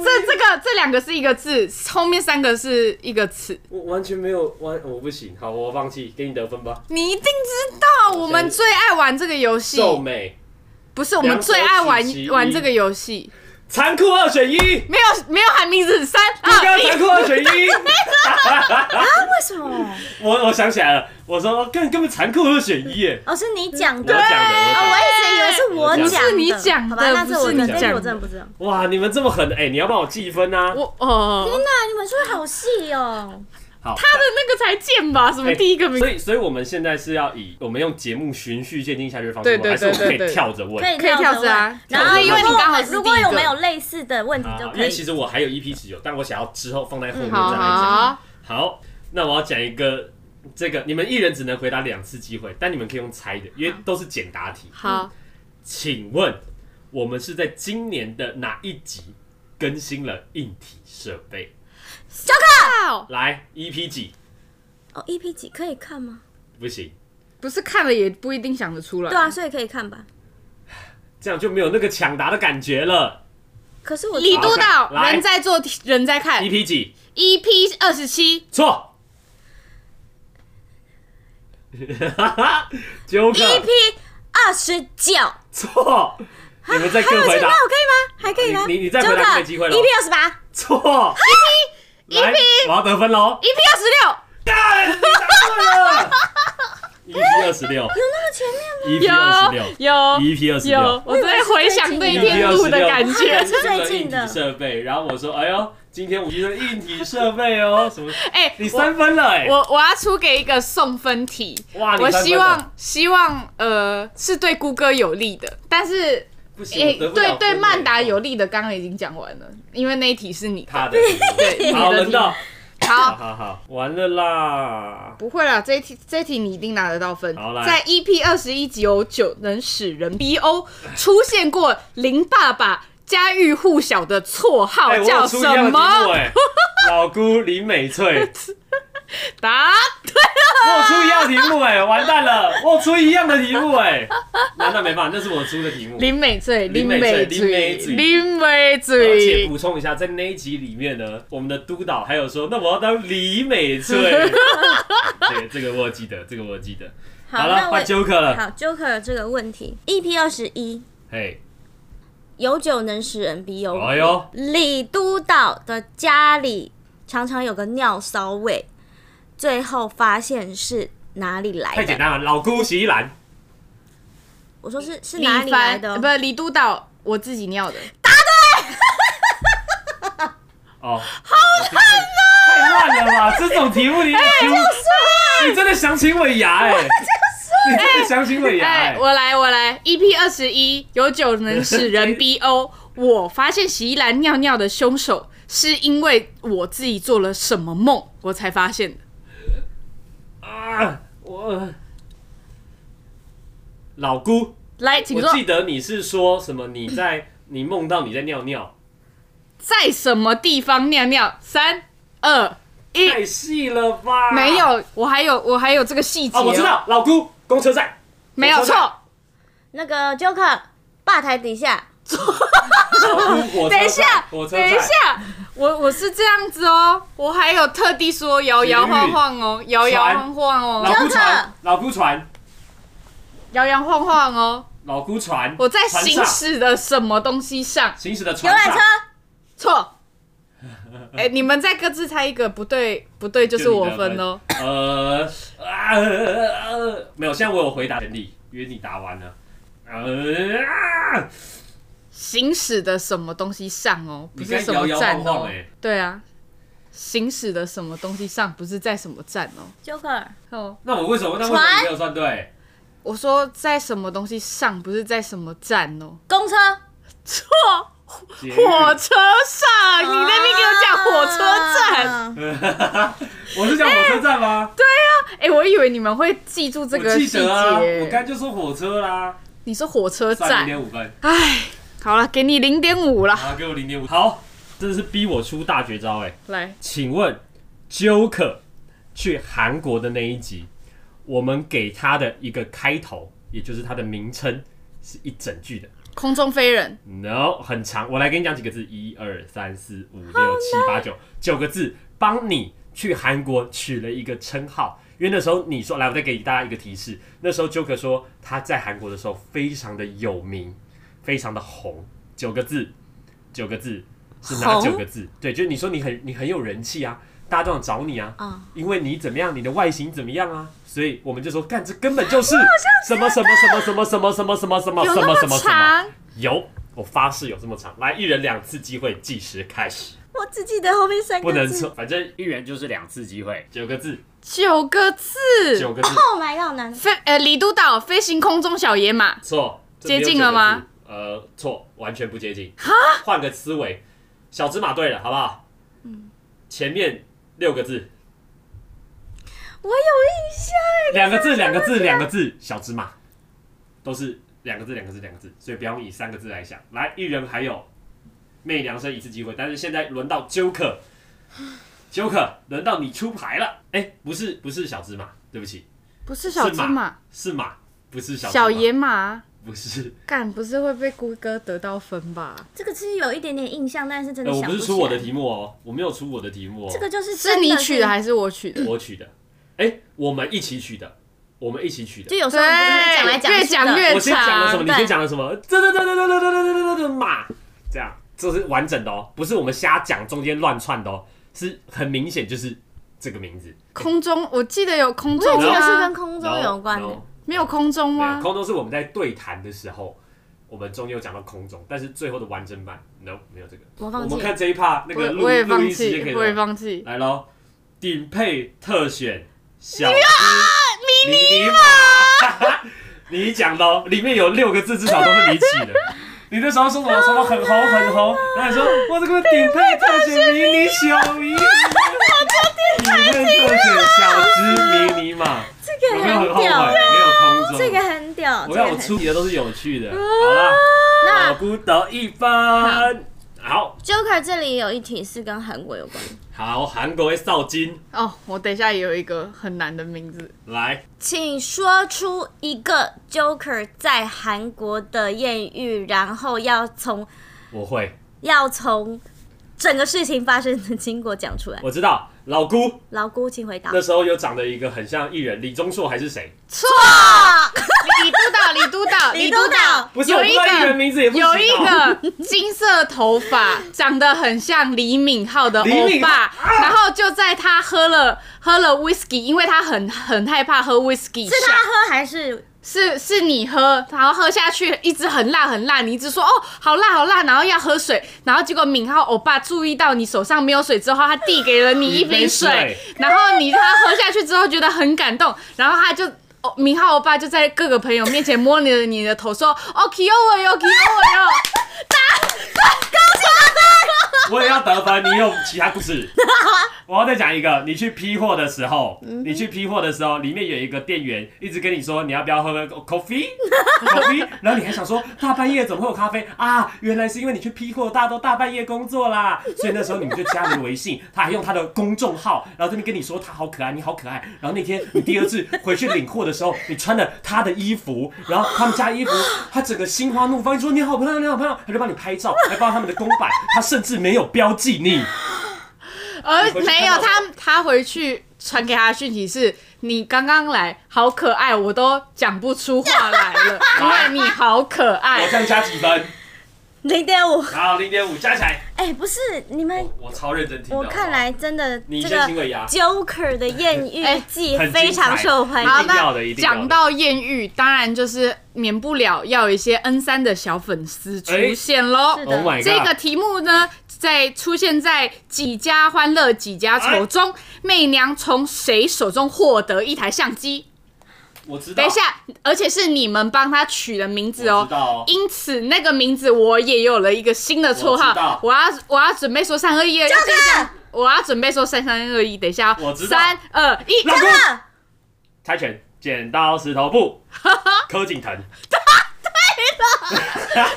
[SPEAKER 1] 这这个这两个是一个字，后面三个是一个词。
[SPEAKER 2] 我完全没有完，我不行。好，我放弃，给你得分吧。
[SPEAKER 1] 你一定知道，我们最爱玩这个游戏，
[SPEAKER 2] 秀美，
[SPEAKER 1] 不是我们最爱玩
[SPEAKER 2] 两手起
[SPEAKER 1] 玩这个游戏。
[SPEAKER 2] 残酷二选一，
[SPEAKER 1] 没有没有喊名字，三
[SPEAKER 2] 刚
[SPEAKER 1] 二
[SPEAKER 2] 刚
[SPEAKER 1] 一，
[SPEAKER 2] 残酷二选一。
[SPEAKER 3] 啊，为什么？
[SPEAKER 2] 我我想起来了，我说更根本残酷二选一耶，
[SPEAKER 3] 哦，是你讲
[SPEAKER 2] 我
[SPEAKER 3] 的。
[SPEAKER 2] 讲
[SPEAKER 3] 哦，
[SPEAKER 2] 的，
[SPEAKER 3] 我一直以为是我讲的。
[SPEAKER 1] 不是你讲的
[SPEAKER 3] 好吧，那这我
[SPEAKER 1] 不是
[SPEAKER 3] 的，
[SPEAKER 1] 你讲
[SPEAKER 3] 但是
[SPEAKER 1] 的
[SPEAKER 3] 我真的不知道。
[SPEAKER 2] 我哇，你们这么狠，哎、你要帮我计分啊？
[SPEAKER 1] 我哦，
[SPEAKER 3] 天哎哪，你们说好细哦。
[SPEAKER 2] 好，
[SPEAKER 1] 他的那个才贱吧？
[SPEAKER 2] 哎
[SPEAKER 1] 什么第一个名
[SPEAKER 2] 所以所以我们现在是要以我们用节目循序渐进下去的方
[SPEAKER 1] 对
[SPEAKER 2] 式吗，
[SPEAKER 1] 对
[SPEAKER 2] 还是我
[SPEAKER 1] 对
[SPEAKER 2] 们
[SPEAKER 1] 对
[SPEAKER 2] 可以
[SPEAKER 1] 对
[SPEAKER 2] 跳着问
[SPEAKER 3] 可？以
[SPEAKER 1] 可以跳着啊
[SPEAKER 3] 跳
[SPEAKER 2] 跳
[SPEAKER 3] 着问然后
[SPEAKER 2] 着问
[SPEAKER 3] 因为你
[SPEAKER 1] 刚好是
[SPEAKER 3] 如果
[SPEAKER 1] 第一个
[SPEAKER 3] 有没有类似的问题就
[SPEAKER 2] 啊，因
[SPEAKER 3] 可
[SPEAKER 2] 为其
[SPEAKER 3] 以。
[SPEAKER 2] 实我还有 EP 十九，但我想要之后放在后面
[SPEAKER 3] 嗯
[SPEAKER 2] 再来
[SPEAKER 1] 好啊
[SPEAKER 2] 讲。
[SPEAKER 1] 好，
[SPEAKER 2] 好，那我要讲一个，这个你们一人只能回答两次机会，但你们可以用猜的，因为都是简答题。
[SPEAKER 1] 好，
[SPEAKER 2] 请问我们是在今年的哪一集更新了硬体设备？
[SPEAKER 1] 靠
[SPEAKER 2] 来，EP 几？
[SPEAKER 3] 哦，EP 几可以看吗？
[SPEAKER 2] 不行，
[SPEAKER 3] 啊
[SPEAKER 1] 不是看了也不一定想得出来。
[SPEAKER 3] 对啊，所以可以看吧。
[SPEAKER 2] 这样就没有那个抢答的感觉了。
[SPEAKER 3] 可是我
[SPEAKER 1] 李督导
[SPEAKER 2] 来
[SPEAKER 1] 人在做，人在看
[SPEAKER 2] EP E 几？
[SPEAKER 1] ，EP 二十
[SPEAKER 3] E
[SPEAKER 1] 七
[SPEAKER 2] 错。哈哈，九个
[SPEAKER 3] EP ，E 二十九，
[SPEAKER 2] 错，你们再各
[SPEAKER 3] 还有
[SPEAKER 2] 回
[SPEAKER 3] 这
[SPEAKER 2] 答
[SPEAKER 3] 个，我可以吗？还可以吗？
[SPEAKER 2] 你你你再回答就没机会了
[SPEAKER 3] EP 二十八，
[SPEAKER 2] 错。来，我要得分喽！
[SPEAKER 1] ，EP 二十六。
[SPEAKER 2] 干，你答对了。EP 二十六
[SPEAKER 3] 那么前面
[SPEAKER 1] 有
[SPEAKER 2] ，EP
[SPEAKER 3] 吗？
[SPEAKER 2] E 二十六
[SPEAKER 1] 有
[SPEAKER 2] ，EP 二十
[SPEAKER 1] 有
[SPEAKER 2] 六，。E
[SPEAKER 1] 我在回想那一天录的感觉
[SPEAKER 3] 他们。是最近的
[SPEAKER 2] 硬体设备。然后我说，哎呦，今天我们的硬体设备哦，什么？
[SPEAKER 1] 哎，
[SPEAKER 2] 你三分了哎、
[SPEAKER 1] 我我要出给一个送分题，
[SPEAKER 2] 哇，你
[SPEAKER 1] 我
[SPEAKER 2] 三分
[SPEAKER 1] 希
[SPEAKER 2] 了啊
[SPEAKER 1] 望希望呃是对谷歌有利的，但是
[SPEAKER 2] 不行，
[SPEAKER 1] 哎、
[SPEAKER 2] 我得不了
[SPEAKER 1] 对
[SPEAKER 2] 分
[SPEAKER 1] 对
[SPEAKER 2] 了
[SPEAKER 1] 曼达有利的，刚刚已经讲完了，因为那一题是你的。
[SPEAKER 2] 他的，
[SPEAKER 1] 对，
[SPEAKER 2] 好
[SPEAKER 1] 你的
[SPEAKER 2] 轮
[SPEAKER 1] 题
[SPEAKER 2] 到，好
[SPEAKER 1] 好，
[SPEAKER 2] 好好，完了啦。
[SPEAKER 1] 不会啦，这一题这一题你一定拿得到分
[SPEAKER 2] 好来。
[SPEAKER 1] 在 EP 二十一集有九能使人 BO 出现过林爸爸家喻户晓的绰号、
[SPEAKER 2] 哎、我
[SPEAKER 1] 哦叫
[SPEAKER 2] 有出一
[SPEAKER 1] 什
[SPEAKER 2] 样的题目
[SPEAKER 1] 么？
[SPEAKER 2] 哎、 [LAUGHS] 老姑林美翠，
[SPEAKER 1] 答
[SPEAKER 2] 我有出一样的题目哎、完蛋了，我有出一样的题目哎、那那没办法，那是我出的题目。
[SPEAKER 1] 林美翠，
[SPEAKER 2] 林美
[SPEAKER 1] 美
[SPEAKER 2] 翠
[SPEAKER 1] 嘴，
[SPEAKER 2] 林
[SPEAKER 1] 林美
[SPEAKER 2] 而且
[SPEAKER 1] 嘴，
[SPEAKER 2] 补充一下，在那一集里面呢，我们的督导还有说，那我要当李美翠。对，这个我有记得，这个我有记得。好
[SPEAKER 3] 那
[SPEAKER 2] 了，
[SPEAKER 3] 我
[SPEAKER 2] 换 Joker 了。
[SPEAKER 3] 好 Joker 这个问题，EP 二十一，
[SPEAKER 2] 嘿，
[SPEAKER 3] 有酒能使人逼忧。
[SPEAKER 2] 哎呦，
[SPEAKER 3] 李督导的家里常常有个尿骚味，最后发现是哪里来
[SPEAKER 2] 太简
[SPEAKER 3] 的？
[SPEAKER 2] 单了，老姑洗衣篮。
[SPEAKER 3] 我说是是
[SPEAKER 1] 李
[SPEAKER 3] 哪里来
[SPEAKER 1] 凡
[SPEAKER 3] 的
[SPEAKER 1] 呃
[SPEAKER 3] 哦？
[SPEAKER 1] 不李督导，我自己尿的。
[SPEAKER 2] 哦，好烂啊！太烂了吧！这种题目你也出，你真的想请尾牙哎、你真的想请尾牙哎、
[SPEAKER 1] 哎，我来，我来。EP 二十一，有酒能使
[SPEAKER 2] [LAUGHS]
[SPEAKER 1] 人 BO。我发现洗衣篮尿尿的凶手是因为我自己做了什么梦，我才发现的。
[SPEAKER 2] 啊，我老姑，
[SPEAKER 1] 来，请
[SPEAKER 2] 我
[SPEAKER 1] 说，
[SPEAKER 2] 记得你是说什么？你在你梦到你在尿尿，
[SPEAKER 1] 在什么地方尿尿？三二一，
[SPEAKER 2] 太细了吧？
[SPEAKER 1] 没有，我还有，我还有这个细节、
[SPEAKER 2] 哦，我知，道，老姑，公车
[SPEAKER 1] [LAUGHS]
[SPEAKER 2] 站。
[SPEAKER 1] 没有
[SPEAKER 2] 我知道
[SPEAKER 1] 错。
[SPEAKER 3] 那个 Joker 吧台底下，
[SPEAKER 2] 老姑火车站
[SPEAKER 1] 等一下，
[SPEAKER 2] 火车
[SPEAKER 1] 等
[SPEAKER 2] 站
[SPEAKER 1] 一下，我我是这样子哦，我还有特地说摇摇晃晃哦，摇摇晃晃
[SPEAKER 2] 老
[SPEAKER 1] 哦，
[SPEAKER 2] 姑船
[SPEAKER 3] 江，
[SPEAKER 2] 老姑船，
[SPEAKER 1] 摇摇晃晃哦，
[SPEAKER 2] 老姑船，
[SPEAKER 1] 我在
[SPEAKER 2] 船
[SPEAKER 1] 行
[SPEAKER 2] 上
[SPEAKER 1] 驶的什么东西上？
[SPEAKER 2] 行驶的
[SPEAKER 3] 游
[SPEAKER 2] 船
[SPEAKER 3] 览
[SPEAKER 2] 上
[SPEAKER 3] 车，
[SPEAKER 1] 错。哎、你们再各自猜一个，不对不对就是我分哦喽。
[SPEAKER 2] 呃啊呃，没有，现在我有回答权利，因为你答完了。呃啊，
[SPEAKER 1] 行驶的什么东西上哦，不
[SPEAKER 2] 你
[SPEAKER 1] 是
[SPEAKER 2] 刚
[SPEAKER 1] 什么
[SPEAKER 2] 摇摇
[SPEAKER 1] 站
[SPEAKER 2] 晃
[SPEAKER 1] 哦
[SPEAKER 2] 晃。哎，
[SPEAKER 1] 对啊，行驶的什么东西上，不是在什么站哦。
[SPEAKER 3] Joker
[SPEAKER 1] 哦，
[SPEAKER 2] 那我为什么？那为什么你没有算对？
[SPEAKER 1] 我说在什么东西上，不是在什么站哦。
[SPEAKER 3] 公车，
[SPEAKER 1] 错。
[SPEAKER 2] 捷运
[SPEAKER 1] 火车上，你那边给我讲火车站，哎、
[SPEAKER 2] [LAUGHS]
[SPEAKER 3] 啊，
[SPEAKER 2] 我是讲火车站吗？
[SPEAKER 1] 我以为你们会记住哎这
[SPEAKER 2] 我
[SPEAKER 1] 个
[SPEAKER 2] 记
[SPEAKER 1] 细节、
[SPEAKER 2] 得啊，我刚就说火车啦，
[SPEAKER 1] 你说火车
[SPEAKER 2] 算零
[SPEAKER 1] 站，
[SPEAKER 2] 点五分，
[SPEAKER 1] 哎，好了，给你零点五了。
[SPEAKER 2] 好，给我零点五。好，真的是逼我出大绝招哎、
[SPEAKER 1] 来，
[SPEAKER 2] 请问 Joker 去韩国的那一集，我们给他的一个开头，也就是他的名称，是一整句的。
[SPEAKER 1] 空中飞人，
[SPEAKER 2] No，很长，我来给你讲几个字：一二三四五六七八九，九个字，帮你去韩国取了一个称号。因为那时候你说，来，我再给大家一个提示。那时候 Joker 说他在韩国的时候非常的有名，非常的红。九个字，九个字是哪
[SPEAKER 3] 红
[SPEAKER 2] 九个字？对，就是你说你很你很有人气啊，大家都想找你啊，
[SPEAKER 3] 嗯
[SPEAKER 2] 因为你怎么样，你的外形怎么样啊？所以我们就说，干，这根本就是什么什么什么什么什么什么什么什
[SPEAKER 1] [LAUGHS]
[SPEAKER 2] 么
[SPEAKER 1] 有
[SPEAKER 2] 什
[SPEAKER 1] 那
[SPEAKER 2] 么什
[SPEAKER 1] 么
[SPEAKER 2] 么什么。
[SPEAKER 1] 长？
[SPEAKER 2] 有，我发誓有这么长。来，一人两次机会，计时开始，
[SPEAKER 3] 我只记得后面三
[SPEAKER 2] 不
[SPEAKER 3] 个
[SPEAKER 2] 能
[SPEAKER 3] 字
[SPEAKER 2] 错，。反正一人就是两次机会，九个字，
[SPEAKER 1] 九个
[SPEAKER 2] [LAUGHS] 九
[SPEAKER 1] 字，
[SPEAKER 2] 个字，
[SPEAKER 3] Oh my god，难
[SPEAKER 1] 飞呃，李督导飞行空中小野马，
[SPEAKER 2] 错，这
[SPEAKER 1] 接
[SPEAKER 2] 没有
[SPEAKER 1] 近
[SPEAKER 2] 九
[SPEAKER 1] 了
[SPEAKER 2] 个
[SPEAKER 1] 吗
[SPEAKER 2] 字？呃，错，完全不接近。换个思维，小芝麻对了，好不好？前面六个字，
[SPEAKER 3] 我有印象
[SPEAKER 2] 两个字，两个字，两个字，小芝麻，都是两个字，两个字，两个字，所以不要以三个字来想。来，一人还有媚娘生一次机会，但是现在轮到 Joker，Joker 轮到你出牌了。哎、不是不是小芝麻，对不起，
[SPEAKER 1] 不是小芝麻，
[SPEAKER 2] 是马，不是小芝麻
[SPEAKER 1] 小野马，
[SPEAKER 2] 不是，
[SPEAKER 1] 干不是会被谷歌得到分吧？
[SPEAKER 3] 这个其实有一点点印象，但是真的
[SPEAKER 2] 呃，我
[SPEAKER 3] 想
[SPEAKER 2] 不
[SPEAKER 3] 起
[SPEAKER 2] 是
[SPEAKER 3] 来。
[SPEAKER 2] 出我的题目哦，我没有出我的题目哦，
[SPEAKER 3] 这个就是
[SPEAKER 1] 是
[SPEAKER 3] 真
[SPEAKER 1] 你
[SPEAKER 3] 的
[SPEAKER 1] 取的还是我取的？
[SPEAKER 2] 我取的，哎，我们一起取的，我们一起取的
[SPEAKER 3] 就。有时候我们不是讲来讲去
[SPEAKER 1] 对
[SPEAKER 3] 的
[SPEAKER 1] 越讲越
[SPEAKER 2] 我先讲了什么，你
[SPEAKER 3] 对
[SPEAKER 2] 先讲了什么，这这这这这这这这这这马，这样这是完整的哦，不是我们瞎讲中间乱串的哦，是很明显就是这个名字。
[SPEAKER 1] [LAUGHS] 空中，我记得有空中
[SPEAKER 3] 我记得是
[SPEAKER 1] 吗
[SPEAKER 3] 跟？空中有关
[SPEAKER 2] 然
[SPEAKER 3] 的
[SPEAKER 2] 后。
[SPEAKER 1] 没有空中啊
[SPEAKER 2] 没有
[SPEAKER 1] 吗？
[SPEAKER 2] 空中是我们在对谈的时候，我们中间有讲到空中，但是最后的完整版 no 没有这个。
[SPEAKER 3] 我
[SPEAKER 2] 我
[SPEAKER 3] 放
[SPEAKER 2] 们
[SPEAKER 3] 弃。
[SPEAKER 2] 看这一趴那个
[SPEAKER 1] 我
[SPEAKER 2] 录
[SPEAKER 1] 我也
[SPEAKER 2] 录
[SPEAKER 1] 放
[SPEAKER 2] 音时间可
[SPEAKER 1] 弃，
[SPEAKER 2] 以
[SPEAKER 1] 我也
[SPEAKER 2] 了吗
[SPEAKER 1] 放弃。
[SPEAKER 2] 来喽，顶配特选小只迷你马， [LAUGHS] 你讲的哦，里面有六个字至少都是你起的。你那时候说什么？什么很红很红？然后你说我这个顶配特选迷你小鱼，顶配特选小只迷你马，
[SPEAKER 3] 这
[SPEAKER 2] 有 [LAUGHS]
[SPEAKER 3] 个
[SPEAKER 2] 没有很后
[SPEAKER 3] 很
[SPEAKER 2] 悔？
[SPEAKER 3] 屌，
[SPEAKER 2] 没有空中，
[SPEAKER 3] 这个很屌。这
[SPEAKER 2] 我
[SPEAKER 3] 个
[SPEAKER 2] 看我
[SPEAKER 3] 很
[SPEAKER 2] 出题的都是有趣的。好啦，
[SPEAKER 3] 那
[SPEAKER 2] 我估得一分。好
[SPEAKER 3] Joker 这里有一题是跟韩国有关的，
[SPEAKER 2] 好，韩国的少金
[SPEAKER 1] 哦，我等一下也有一个很难的名字。
[SPEAKER 2] 来。
[SPEAKER 3] 请说出一个 Joker 在韩国的艳遇，然后要从
[SPEAKER 2] 我会，
[SPEAKER 3] 要从整个事情发生的经过讲出来。
[SPEAKER 2] 我知道老姑
[SPEAKER 3] 老姑，请回答。
[SPEAKER 2] 那时候有长得一个很像艺人，李钟硕还是谁？
[SPEAKER 1] 错，
[SPEAKER 2] [LAUGHS]
[SPEAKER 3] 啊
[SPEAKER 1] [LAUGHS] 李督导，李督导，
[SPEAKER 3] 李督
[SPEAKER 1] 督
[SPEAKER 3] 导
[SPEAKER 2] 不是
[SPEAKER 1] 有
[SPEAKER 2] 我不
[SPEAKER 1] 一
[SPEAKER 2] 知道艺人
[SPEAKER 1] 个
[SPEAKER 2] 名字也不行哦
[SPEAKER 1] 有一个金色头发， [LAUGHS] 长得很像李敏镐的
[SPEAKER 2] 李
[SPEAKER 1] 欧
[SPEAKER 2] 敏镐啊
[SPEAKER 1] 巴，然后就在他喝了喝了 whisky，因为他很很害怕喝 whisky，
[SPEAKER 3] 是他喝还是
[SPEAKER 1] 是是你喝，然后喝下去一直很辣很辣，你一直说哦好辣好辣，然后要喝水，然后结果敏浩欧巴注意到你手上没有水之后，他递给了你一
[SPEAKER 2] 一杯
[SPEAKER 1] 瓶
[SPEAKER 2] 水
[SPEAKER 1] 水，然后你他喝下去之后觉得很感动，然后他就。哦，明浩欧巴就在各个朋友面前摸你的你的头，说：“哦，Q 哦我哟，Q 我哟。
[SPEAKER 2] [LAUGHS] 我也要得分，你有其他故
[SPEAKER 1] [LAUGHS]
[SPEAKER 2] 事？我要再讲一个，你去批货的时候，
[SPEAKER 1] 嗯
[SPEAKER 2] 你去批货的时候，里面有一个店员一直跟你说你要不要喝个 coffee coffee，然后你还想说大半夜怎么会有咖啡啊？原来是因为你去批货，大家都大半夜工作啦，所以那时候你们就加了微信，他还用他的公众号，然后这边跟你说他好可爱，你好可爱。然后那天你第二次回去领货的时候，你穿了他的衣服，然后他们家衣服，他整个心花怒放，说你好漂亮，你好漂亮，他就帮你拍照，还帮他们的公版，他甚至没有标记你。”
[SPEAKER 1] 哦
[SPEAKER 2] [LAUGHS]
[SPEAKER 1] 而
[SPEAKER 2] 回
[SPEAKER 1] 没
[SPEAKER 2] 去看
[SPEAKER 1] 有
[SPEAKER 2] 到
[SPEAKER 1] 他，他回去传给他的讯息是：“你刚刚来，好可爱，我都讲不出话来
[SPEAKER 2] [LAUGHS]
[SPEAKER 1] 了，因为你好可爱。”
[SPEAKER 2] 我这样加几分？
[SPEAKER 3] 零点五？
[SPEAKER 2] 好，零点五加起来。
[SPEAKER 3] 哎，不是，你们，
[SPEAKER 2] 我超认真听的。
[SPEAKER 3] 我看来真的
[SPEAKER 2] 你
[SPEAKER 3] 这
[SPEAKER 2] 先
[SPEAKER 3] 个
[SPEAKER 2] 请尾牙
[SPEAKER 3] Joker 的
[SPEAKER 2] [LAUGHS]
[SPEAKER 3] 艳遇
[SPEAKER 1] 哎
[SPEAKER 3] 记
[SPEAKER 2] 很精彩
[SPEAKER 3] 非常受欢
[SPEAKER 2] 好
[SPEAKER 1] 好，
[SPEAKER 2] 一
[SPEAKER 3] 迎。
[SPEAKER 2] 定要
[SPEAKER 1] 那
[SPEAKER 2] 的一定要的
[SPEAKER 1] 讲到艳遇，当然就是免不了要有一些 N 三的小粉丝出现喽
[SPEAKER 3] 哎。是
[SPEAKER 2] Oh my god！
[SPEAKER 1] 这个题目呢，在出现在几家欢乐几家愁中，
[SPEAKER 2] 哎
[SPEAKER 1] 媚娘从谁手中获得一台相机？
[SPEAKER 2] 我知道。
[SPEAKER 1] 等一，下，而且是你们帮她取的名字
[SPEAKER 2] 我
[SPEAKER 1] 哦
[SPEAKER 2] 知。道哦。
[SPEAKER 1] 因此，那个名字我也有了一个新的绰
[SPEAKER 2] 我知道
[SPEAKER 1] 号。我要我要准备说三二一了，要这样我要准备说三三二一，等一下
[SPEAKER 2] 我
[SPEAKER 1] 哦，
[SPEAKER 2] 知道
[SPEAKER 1] 三二
[SPEAKER 2] [LAUGHS]
[SPEAKER 1] 一，
[SPEAKER 2] 老公
[SPEAKER 3] 啊
[SPEAKER 2] 猜拳，剪刀石头
[SPEAKER 1] [LAUGHS]
[SPEAKER 2] 布。柯景腾，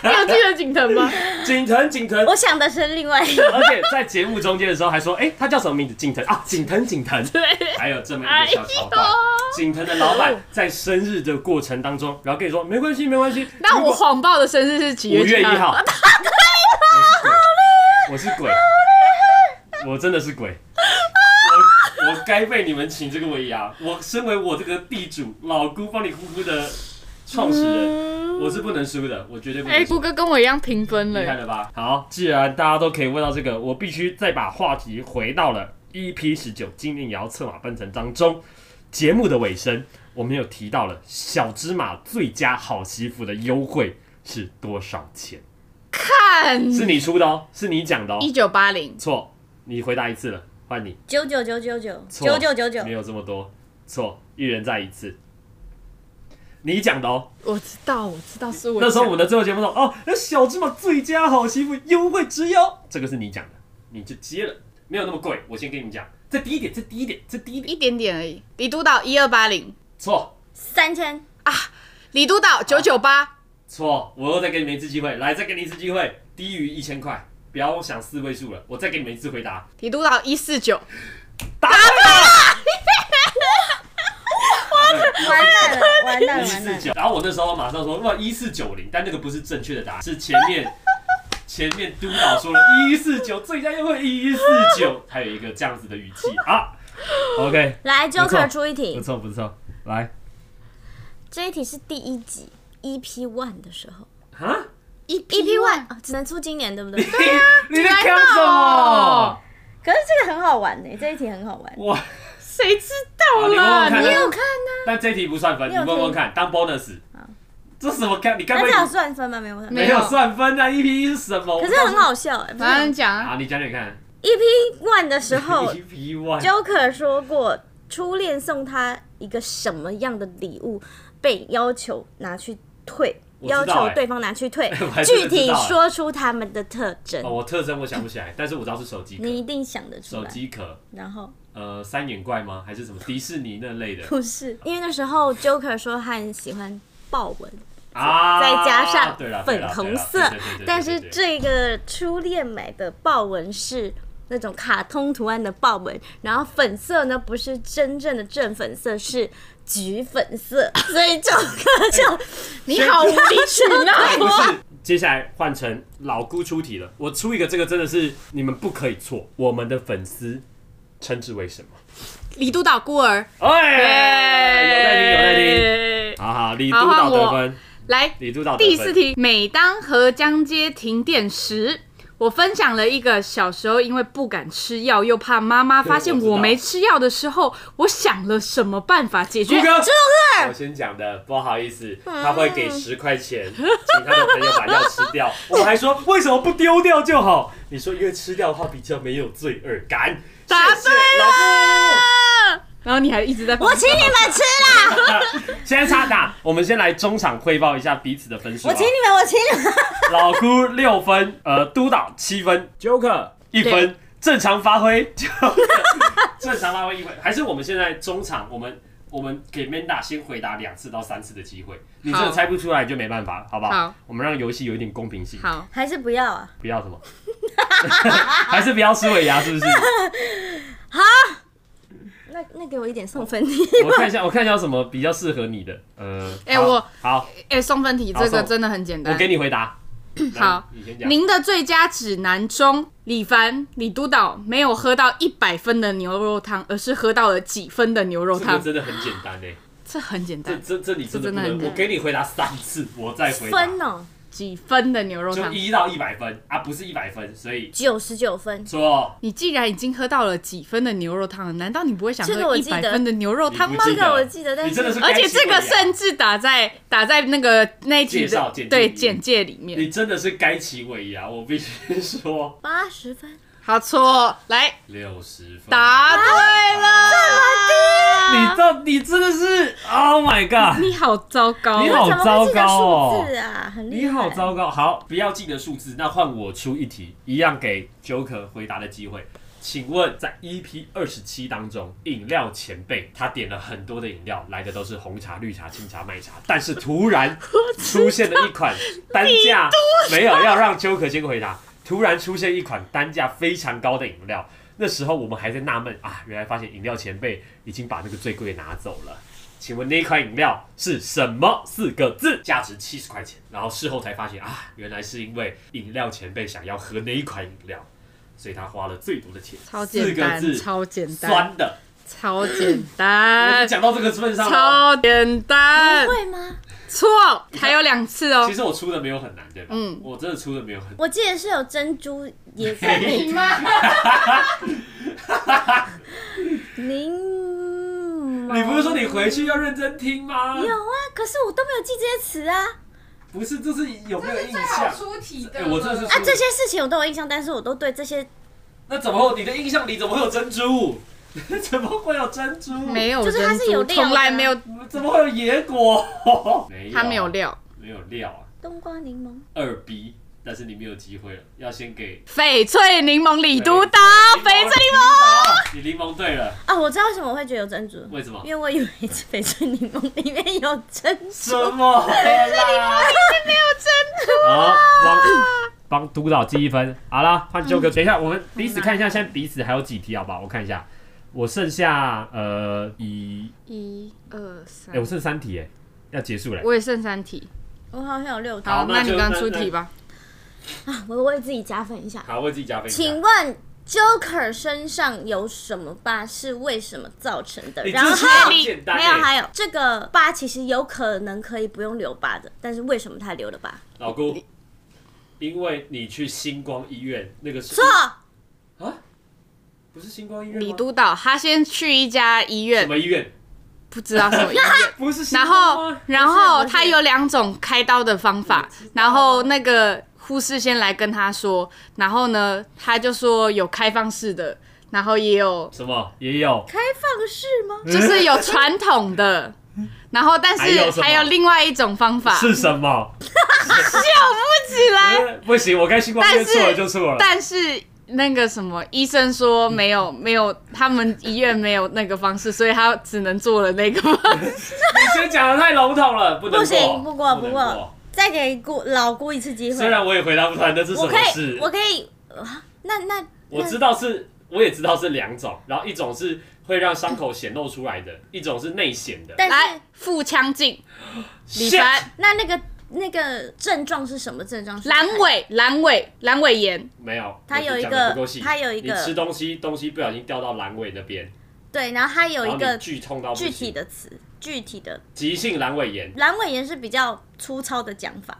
[SPEAKER 1] 你有记得景腾
[SPEAKER 2] [LAUGHS]
[SPEAKER 1] 吗？
[SPEAKER 2] 景腾，景腾。
[SPEAKER 3] 我想的是另外一个。
[SPEAKER 2] 而且在节目中间的时候还说，哎、他叫什么名字？景腾啊，景腾，景腾。
[SPEAKER 1] 对。
[SPEAKER 2] 还有这么一个小桥段
[SPEAKER 1] 哎呦，
[SPEAKER 2] 景腾的老板在生日的过程当中，然后跟你说没关系，没关系。
[SPEAKER 1] 那我谎报的生日是几
[SPEAKER 2] 五
[SPEAKER 1] 月几
[SPEAKER 2] 月一号，我是鬼，我是鬼，我真的是鬼，我我该被你们请这个尾牙。我身为我这个地主老姑帮你呼呼的创始人，我是不能输的，我绝对不
[SPEAKER 1] 哎、
[SPEAKER 2] 能输
[SPEAKER 1] 谷。歌跟我一样平分
[SPEAKER 2] 厉害
[SPEAKER 1] 了。
[SPEAKER 2] 了吧？好，既然大家都可以问到这个，我必须再把话题回到了 EP 十九今年也要策马奔腾当中。节目的尾声，我们有提到了小芝麻最佳好媳妇的优惠是多少钱？
[SPEAKER 1] 看，
[SPEAKER 2] 是你出的哦，是你讲的哦
[SPEAKER 1] 嗯一，九八零，
[SPEAKER 2] 错，你回答一次了，换你，
[SPEAKER 3] 九九九九九
[SPEAKER 2] 错
[SPEAKER 3] 九九九九
[SPEAKER 2] 没，有这么多，错，一人再一次。你讲的哦，
[SPEAKER 1] 我知道，我知道是我讲。
[SPEAKER 2] 那时候我们的最后节目说，哦，那小芝麻最佳好媳妇优惠之优，这个是你讲的，你就接了，没有那么贵，我先跟你们讲，再低一点，再低一点，再低一点，
[SPEAKER 1] 一点点而已。李督导一二八零，
[SPEAKER 2] 错
[SPEAKER 3] 三千，
[SPEAKER 1] 李督导九九
[SPEAKER 2] 啊
[SPEAKER 1] 八，
[SPEAKER 2] 错，我又再给你们一次机会，来，再给你一次机会，低于一千块，不要想四位数了，我再给你们一次回答，
[SPEAKER 1] 李督导一四九。
[SPEAKER 2] 答对了，答对了
[SPEAKER 4] 完蛋了，完蛋了，完
[SPEAKER 2] 一四
[SPEAKER 3] [LAUGHS]
[SPEAKER 4] 蛋了！
[SPEAKER 2] 九，然后我那时候马上说哇一四九零，但那个不是正确的答案，是前面前面督导说了一四九，最佳优惠一四九，还有一个这样子的语气啊。OK，
[SPEAKER 3] 来
[SPEAKER 2] 错
[SPEAKER 3] ，Joker 出一
[SPEAKER 2] 不
[SPEAKER 3] 题，
[SPEAKER 2] 错不错，来
[SPEAKER 3] 这一题是第一集 EP One 的时候
[SPEAKER 2] 啊，
[SPEAKER 1] 一
[SPEAKER 3] ，EP One 啊只能出今年，对 [LAUGHS] 不对？
[SPEAKER 2] [LAUGHS] 你在看什么？
[SPEAKER 4] 可是这个很好玩呢、这一题很好玩。
[SPEAKER 2] 哇，
[SPEAKER 1] 谁知道
[SPEAKER 2] 好
[SPEAKER 1] 啦？
[SPEAKER 3] 嗯
[SPEAKER 2] 你问问看
[SPEAKER 1] 你
[SPEAKER 2] 啊
[SPEAKER 1] 有看？
[SPEAKER 2] 但这题不算分，你
[SPEAKER 4] 有
[SPEAKER 2] 问问看，当 bonus。这什么看？你该不
[SPEAKER 4] 那这样
[SPEAKER 2] 会
[SPEAKER 4] 算分吗？没问题。
[SPEAKER 1] 没
[SPEAKER 2] 没有算分啊？一 p 是什么？
[SPEAKER 3] 可是很好笑哎、不
[SPEAKER 1] 反正
[SPEAKER 3] 是
[SPEAKER 1] 讲啊，
[SPEAKER 2] 啊，你讲讲看。
[SPEAKER 3] EP One 的时
[SPEAKER 2] [LAUGHS]
[SPEAKER 3] 候
[SPEAKER 2] 一 p one，
[SPEAKER 3] [LAUGHS] ，Joker 说过初恋送他一个什么样的礼物，被要求拿去退，
[SPEAKER 2] 我知道
[SPEAKER 3] 要求
[SPEAKER 2] 哎
[SPEAKER 3] 对方拿去 [LAUGHS] 退
[SPEAKER 2] 我还，真
[SPEAKER 3] 具
[SPEAKER 2] 的知
[SPEAKER 3] 体
[SPEAKER 2] 道哎
[SPEAKER 3] 说出他们的特征
[SPEAKER 2] 哦，，我特征我想不起来，但是我知道是手机壳，
[SPEAKER 3] 你一定想得出
[SPEAKER 2] 手
[SPEAKER 3] 来。
[SPEAKER 2] 机壳。
[SPEAKER 3] 然后
[SPEAKER 2] 呃三眼怪吗？还是什么迪士尼那类的
[SPEAKER 3] 不是，因为那时候 Joker 说他很喜欢豹纹，
[SPEAKER 2] 啊？
[SPEAKER 3] 再加上
[SPEAKER 2] 对啦
[SPEAKER 3] 粉红色，但是这个初恋买的豹纹是那种卡通图案的豹纹，然后粉色呢不是真正的正粉色，是橘粉色，所以 Joker 就
[SPEAKER 1] 你啊好无理取
[SPEAKER 2] 不
[SPEAKER 1] 闹。
[SPEAKER 2] 是。接下来换成老姑出题了，我出一个，这个真的是你们不可以错，我们的粉丝称之为什么？
[SPEAKER 1] [LAUGHS] 李督导孤儿，
[SPEAKER 2] 哎，有在听，有在听。好好，李督导得
[SPEAKER 1] 好换
[SPEAKER 2] 分，
[SPEAKER 1] 来，
[SPEAKER 2] 李督导得分
[SPEAKER 1] 第四，题，每当河江街停电时，我分享了一个小时候因为不敢吃药，又怕妈妈发现我没吃药的时候，我想了什么办法解
[SPEAKER 2] 朱
[SPEAKER 1] 决？
[SPEAKER 2] 哥，我先讲的，不好意思，
[SPEAKER 4] 嗯
[SPEAKER 2] 他会给十块钱，请他的朋友把药吃
[SPEAKER 4] [LAUGHS]
[SPEAKER 2] 掉。我们还说为什么不丢掉就好？你说因为吃掉的话比较没有罪恶感。
[SPEAKER 1] 答
[SPEAKER 2] 谢谢老公。
[SPEAKER 1] 然后你还一直在放，
[SPEAKER 3] 我请你们吃啦，
[SPEAKER 2] 现在差打，我们先来中场汇报一下彼此的分数、啊。
[SPEAKER 4] 我请你们，我请你们。
[SPEAKER 2] 老姑六分，呃，督导七分，Joker 一分
[SPEAKER 1] 对，
[SPEAKER 2] 正常发挥，Joker 正常发挥一分。还是我们现在中场，我们我们给 Manda 先回答两次到三次的机会，你真的
[SPEAKER 1] 好
[SPEAKER 2] 猜不出来就没办法，好不好？
[SPEAKER 1] 好
[SPEAKER 2] 我们让游戏有一点公平性，
[SPEAKER 1] 好，
[SPEAKER 4] 还是不要啊？
[SPEAKER 2] 不要什么， [LAUGHS] 还是不要吃尾牙，是不是？
[SPEAKER 3] 那那给我一点送分题，
[SPEAKER 2] 我看一下，我看一下有什么比较适合你的，呃，
[SPEAKER 1] 哎
[SPEAKER 2] 好
[SPEAKER 1] 我
[SPEAKER 2] 好，
[SPEAKER 1] 哎，送分题
[SPEAKER 2] 好
[SPEAKER 1] 这个
[SPEAKER 2] 送
[SPEAKER 1] 真的很简
[SPEAKER 2] 我
[SPEAKER 1] 单
[SPEAKER 2] 给。你回答。
[SPEAKER 1] 嗯好
[SPEAKER 2] 来，你先讲。
[SPEAKER 1] 您的最佳指南中，李凡、李督导没有喝到一百分的牛肉汤，而是喝到了几分的牛肉
[SPEAKER 2] 这个
[SPEAKER 1] 汤，
[SPEAKER 2] 真的很简单诶、
[SPEAKER 1] 这很简
[SPEAKER 2] 这
[SPEAKER 1] 单，
[SPEAKER 2] 这这你真的不
[SPEAKER 1] 这真的很
[SPEAKER 2] 能，
[SPEAKER 1] 难
[SPEAKER 2] 我给你回答三次，我再回答，
[SPEAKER 3] 分哦，
[SPEAKER 1] 几分的牛肉
[SPEAKER 2] 就
[SPEAKER 1] 汤。
[SPEAKER 2] 一到一百分啊，不是一百分，所以
[SPEAKER 3] 九十九分，
[SPEAKER 2] 说
[SPEAKER 1] 你既然已经喝到了几分的牛肉汤了，难道你不会想
[SPEAKER 3] 这个我
[SPEAKER 1] 喝一
[SPEAKER 3] 记
[SPEAKER 1] 百
[SPEAKER 3] 得
[SPEAKER 1] 分的牛肉
[SPEAKER 2] 你
[SPEAKER 1] 汤
[SPEAKER 2] 不
[SPEAKER 1] 吗？
[SPEAKER 2] 记
[SPEAKER 3] 这个我
[SPEAKER 2] 得，
[SPEAKER 3] 记得，但
[SPEAKER 2] 你真的
[SPEAKER 3] 是
[SPEAKER 2] 是
[SPEAKER 1] 而
[SPEAKER 2] 该
[SPEAKER 1] 且
[SPEAKER 2] 吃
[SPEAKER 1] 这个
[SPEAKER 2] 尾啊牙
[SPEAKER 1] 甚至打在打在那个那一集
[SPEAKER 2] 介绍
[SPEAKER 1] 的
[SPEAKER 2] 简介里
[SPEAKER 1] 对
[SPEAKER 2] 面
[SPEAKER 1] 简介里
[SPEAKER 2] 你
[SPEAKER 1] 面。
[SPEAKER 2] 真的是该起尾牙，我必须说
[SPEAKER 3] 八十分，
[SPEAKER 1] 好错，来
[SPEAKER 2] 六十分，
[SPEAKER 1] 答对了，
[SPEAKER 2] 你到你真的是，Oh my god，
[SPEAKER 1] 你好糟糕，
[SPEAKER 2] 你好
[SPEAKER 4] 怎么会记得
[SPEAKER 2] 糟糕哦
[SPEAKER 4] 数字啊？很厉
[SPEAKER 2] 你
[SPEAKER 4] 害。
[SPEAKER 2] 好糟糕，好，不要记得数字，那换我出一题，一样给 Joker 回答的机会。请问，在 EP 二十七当中，饮料前辈他点了很多的饮料，来的都是红茶、绿茶、清茶、麦茶，但是突然出现了
[SPEAKER 1] [LAUGHS]
[SPEAKER 2] 一款单价没有要让 Joker 先回答，突然出现一款单价非常高的饮料。那时候我们还在纳闷啊，原来发现饮料前辈已经把那个最贵的拿走了。请问那一款饮料是什么四个字？价值七十块钱。然后事后才发现啊，原来是因为饮料前辈想要喝那一款饮料，所以他花了最多的钱。
[SPEAKER 1] 超
[SPEAKER 2] 四
[SPEAKER 1] 简
[SPEAKER 2] 个
[SPEAKER 1] 单，
[SPEAKER 2] 字，
[SPEAKER 1] 超简单，
[SPEAKER 2] 酸的。
[SPEAKER 1] 超简
[SPEAKER 2] 我
[SPEAKER 1] 单
[SPEAKER 2] 们，讲到这个份上哦
[SPEAKER 1] 超
[SPEAKER 2] 了，
[SPEAKER 1] 简单，
[SPEAKER 4] 会吗？
[SPEAKER 1] 错，还有两次哦
[SPEAKER 2] 其。实我出的没有很难，对吧？
[SPEAKER 1] 嗯
[SPEAKER 2] 我真的出的没有很难。
[SPEAKER 3] 我记得是有珍珠也在里面，柠檬，
[SPEAKER 2] 你不是说你回去要认真听吗？
[SPEAKER 4] 有啊，可是我都没有记这些词啊。 [LAUGHS]
[SPEAKER 2] 不是，这是有没有印象？
[SPEAKER 1] 题
[SPEAKER 2] 哎我这是
[SPEAKER 4] 啊，这些事情我都有印象，但是我都对这些
[SPEAKER 2] 那怎么会？你的印象里怎么会有珍珠？ [LAUGHS] 怎么会有珍珠？
[SPEAKER 1] 没有
[SPEAKER 4] 就
[SPEAKER 1] 珍
[SPEAKER 4] 是它是有
[SPEAKER 1] 珠，
[SPEAKER 4] 料的啊
[SPEAKER 1] 从来没有，
[SPEAKER 2] 怎么会有野果？
[SPEAKER 1] [LAUGHS]
[SPEAKER 2] 没有，啊
[SPEAKER 1] 它没有，料。
[SPEAKER 2] 没有料啊，
[SPEAKER 4] 冬瓜柠檬。
[SPEAKER 2] 二 B，但是你没有机会了，要先给
[SPEAKER 1] 翡翠柠檬李督导，翡翠柠檬。
[SPEAKER 2] 檬，你柠檬对了，
[SPEAKER 4] 啊，我知道为什么我会觉得有珍珠，
[SPEAKER 2] 为什么
[SPEAKER 4] 因？为我以为是翡翠柠檬里面有珍
[SPEAKER 2] 什
[SPEAKER 4] 珠。
[SPEAKER 2] 么啦？好，帮帮督导记一分。好啦，换 Joker，、等一下，我们彼此看一下，现在彼此还有几题，好不好？我看一下，我剩下呃一，
[SPEAKER 1] 一二三
[SPEAKER 2] 哎、，我剩三题哎，要结束了。
[SPEAKER 1] 嗯我也剩三题。
[SPEAKER 3] 我好像有六题。
[SPEAKER 2] 好那
[SPEAKER 1] 那
[SPEAKER 2] 就
[SPEAKER 1] 你刚
[SPEAKER 2] 那
[SPEAKER 1] 出
[SPEAKER 2] 那
[SPEAKER 1] 题吧。
[SPEAKER 5] 我为自己加分一下。
[SPEAKER 2] 好，我自己加分。
[SPEAKER 3] 请问 Joker 身上有什么疤是为什么造成的？
[SPEAKER 2] 你
[SPEAKER 3] 然
[SPEAKER 2] 这
[SPEAKER 3] 后
[SPEAKER 2] 是很简单
[SPEAKER 3] 没有，
[SPEAKER 2] 哎
[SPEAKER 3] 还有这个疤其实有可能可以不用留疤的，但是为什么他留了疤？
[SPEAKER 2] 老姑，因为你去星光医院那个是
[SPEAKER 3] 错，
[SPEAKER 2] 啊，不是星光医院吗
[SPEAKER 1] 李督导他先去一家医
[SPEAKER 2] 什
[SPEAKER 1] 院，
[SPEAKER 2] 么医院？
[SPEAKER 1] 不知道什
[SPEAKER 2] [LAUGHS]
[SPEAKER 1] 么医院。
[SPEAKER 2] 不是星
[SPEAKER 1] 然
[SPEAKER 2] 光
[SPEAKER 1] 后
[SPEAKER 2] 吗，
[SPEAKER 1] 然后
[SPEAKER 3] 不是
[SPEAKER 1] 他有两种开刀的方法，然后那个护士先来跟他说，然后呢，他就说有开放式的，然后也有
[SPEAKER 2] 什么也有
[SPEAKER 3] 开放式吗？
[SPEAKER 1] 就是有传统的，然后但
[SPEAKER 2] 还有什
[SPEAKER 1] 是
[SPEAKER 2] 么
[SPEAKER 1] 还有另外一种方法，
[SPEAKER 2] 是什么？
[SPEAKER 1] 起来，
[SPEAKER 2] 呃不行，我该星光医院
[SPEAKER 1] 但
[SPEAKER 2] 错了
[SPEAKER 1] 是
[SPEAKER 2] 就错了。嗯
[SPEAKER 1] 但是。那个什么医生说没有没有，他们医院没有那个方式，所以他只能做了那个方式。
[SPEAKER 2] 你先讲的太笼统了，不能
[SPEAKER 3] 不行，
[SPEAKER 2] 不
[SPEAKER 3] 不过
[SPEAKER 2] 能
[SPEAKER 3] 不过。，再给姑老姑一次机
[SPEAKER 2] 虽
[SPEAKER 3] 会。
[SPEAKER 2] 然我也回答不出来，那是什
[SPEAKER 3] 我
[SPEAKER 2] 么
[SPEAKER 3] 可以，
[SPEAKER 2] 事？
[SPEAKER 3] 我可以，啊那那
[SPEAKER 2] 我知道是，我也知道是两种，然后一种是会让伤口显露出来的，一种是内显的。
[SPEAKER 3] 但是
[SPEAKER 1] 来腹腔镜，李
[SPEAKER 2] Shit！
[SPEAKER 1] 凡
[SPEAKER 3] 那那个那个症状是什么症状？
[SPEAKER 1] 阑尾阑尾阑尾炎，
[SPEAKER 2] 没有，
[SPEAKER 3] 它
[SPEAKER 2] 我就
[SPEAKER 3] 有一
[SPEAKER 2] 讲得
[SPEAKER 3] 个
[SPEAKER 2] 不够细
[SPEAKER 3] 它有一个
[SPEAKER 2] 你吃东西，东西不小心掉到阑尾那边，
[SPEAKER 3] 对，然后它有
[SPEAKER 2] 然
[SPEAKER 3] 一
[SPEAKER 2] 后
[SPEAKER 3] 个
[SPEAKER 2] 你剧痛到不
[SPEAKER 3] 具
[SPEAKER 2] 行
[SPEAKER 3] 体的词，具体的
[SPEAKER 2] 急性阑尾
[SPEAKER 3] [LAUGHS]
[SPEAKER 2] 炎。
[SPEAKER 3] 阑尾炎是比较粗糙的讲
[SPEAKER 2] [LAUGHS]
[SPEAKER 3] 法。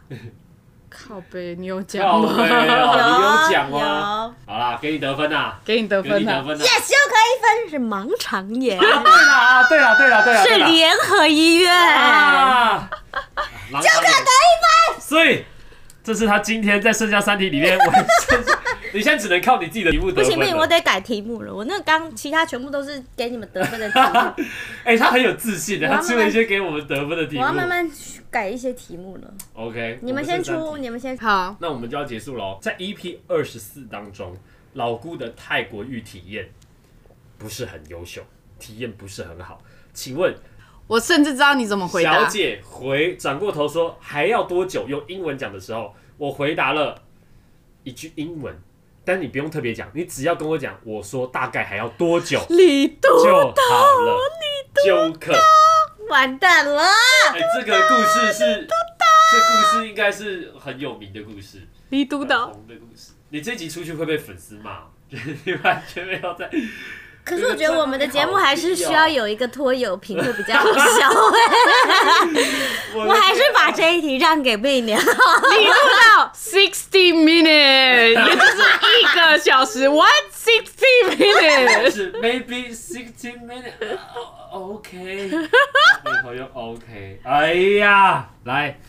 [SPEAKER 1] 靠背，你有讲
[SPEAKER 2] 靠
[SPEAKER 1] 吗？
[SPEAKER 2] 背哦，你有讲吗？
[SPEAKER 3] 啊有
[SPEAKER 2] 好啦，给你得分啦，
[SPEAKER 1] [LAUGHS] 给你得
[SPEAKER 2] 给
[SPEAKER 1] 分啊
[SPEAKER 2] 你
[SPEAKER 1] 了、
[SPEAKER 2] 得分啦。
[SPEAKER 3] ，yes，又可以分是盲肠炎，
[SPEAKER 2] 啊对啦，啊对啦，对啦，对啦，
[SPEAKER 3] [LAUGHS] 是
[SPEAKER 2] 对啦
[SPEAKER 3] 联合医院。
[SPEAKER 2] 啊，就可得一分。所以这是他今天在剩下三题里面，我剩下你现在只能靠你自己的题目得分
[SPEAKER 3] 不
[SPEAKER 2] 了。
[SPEAKER 3] 行不行，我得改题目了。我那刚其他全部都是给你们得分的题目，
[SPEAKER 2] 哎、他很有自信的，
[SPEAKER 3] 我要
[SPEAKER 2] 他出了一些给我们得分的题
[SPEAKER 3] 我
[SPEAKER 2] 目。
[SPEAKER 3] 要慢慢改一些题目了。
[SPEAKER 2] OK，
[SPEAKER 3] 你们
[SPEAKER 2] 我
[SPEAKER 3] 先
[SPEAKER 2] 剩三
[SPEAKER 3] 出，
[SPEAKER 2] 题，
[SPEAKER 3] 你们先出。
[SPEAKER 1] 好，
[SPEAKER 2] 那我们就要结束喽。在 EP 二十四当中，老姑的泰国浴体验不是很优秀，体验不是很好。请问
[SPEAKER 1] 我甚至知道你怎么回
[SPEAKER 2] 小
[SPEAKER 1] 答。
[SPEAKER 2] 姐回转过头说还要多久？用英文讲的时候，我回答了一句英文，但你不用特别讲，你只要跟我讲，我说大概还要多久
[SPEAKER 1] 李杜，
[SPEAKER 2] 就好了。就可，
[SPEAKER 3] 完蛋了，
[SPEAKER 2] 哎，这个故事是，这故事应该是很有名的故事，
[SPEAKER 1] 李督
[SPEAKER 2] 很
[SPEAKER 1] 导，
[SPEAKER 2] 红的故事。你这集出去会被粉丝骂， [LAUGHS] 就是你完全没有在。
[SPEAKER 3] 可是我觉得我们的节目还是需要有一个拖油瓶会比较好笑。
[SPEAKER 2] 我
[SPEAKER 3] 我还是把这一题让给啊媚娘。
[SPEAKER 1] 李督导，sixty minutes，也
[SPEAKER 2] [LAUGHS]
[SPEAKER 1] 就是一个小时，one sixty minutes。
[SPEAKER 2] 是 [LAUGHS] maybe sixty minutes。OK，回头又 OK。哎呀，来，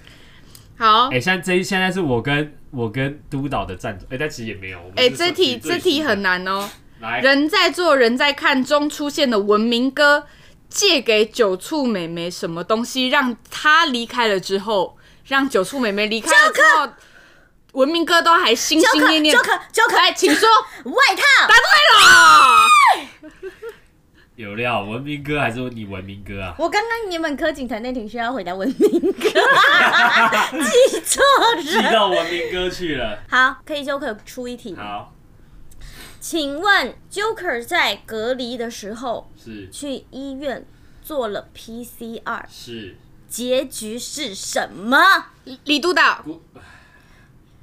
[SPEAKER 1] 好
[SPEAKER 2] 哎、，现在这一现在是我跟我跟督导的战斗，哎、但其实也没有。我们
[SPEAKER 1] 哎、
[SPEAKER 2] 是
[SPEAKER 1] 这题
[SPEAKER 2] 最
[SPEAKER 1] 这题
[SPEAKER 2] 新的
[SPEAKER 1] 很难哦。
[SPEAKER 2] 来，
[SPEAKER 1] 人在做人在看中出现的文明歌，借给九处美眉什么东西，让她离开了之后，让九处美眉离开了之后，文明哥都还心心念念。
[SPEAKER 3] Joker，Joker，Joker
[SPEAKER 1] 来，请说。
[SPEAKER 3] 外套
[SPEAKER 1] 答对了。
[SPEAKER 2] 有料，文明哥还是你文明
[SPEAKER 1] [LAUGHS]
[SPEAKER 2] 哥啊？
[SPEAKER 3] 我刚刚你们科警团那题需要回答文明哥，记错
[SPEAKER 2] 寄
[SPEAKER 3] 人。
[SPEAKER 2] 到文明哥去了。
[SPEAKER 3] 好，可以 Joker 出一题。
[SPEAKER 2] 好，
[SPEAKER 3] 请问 Joker 在隔离的时候
[SPEAKER 2] 是
[SPEAKER 3] 去医院做了 PCR，
[SPEAKER 2] 是，
[SPEAKER 3] 结局是什么？
[SPEAKER 1] 李督导，
[SPEAKER 2] 不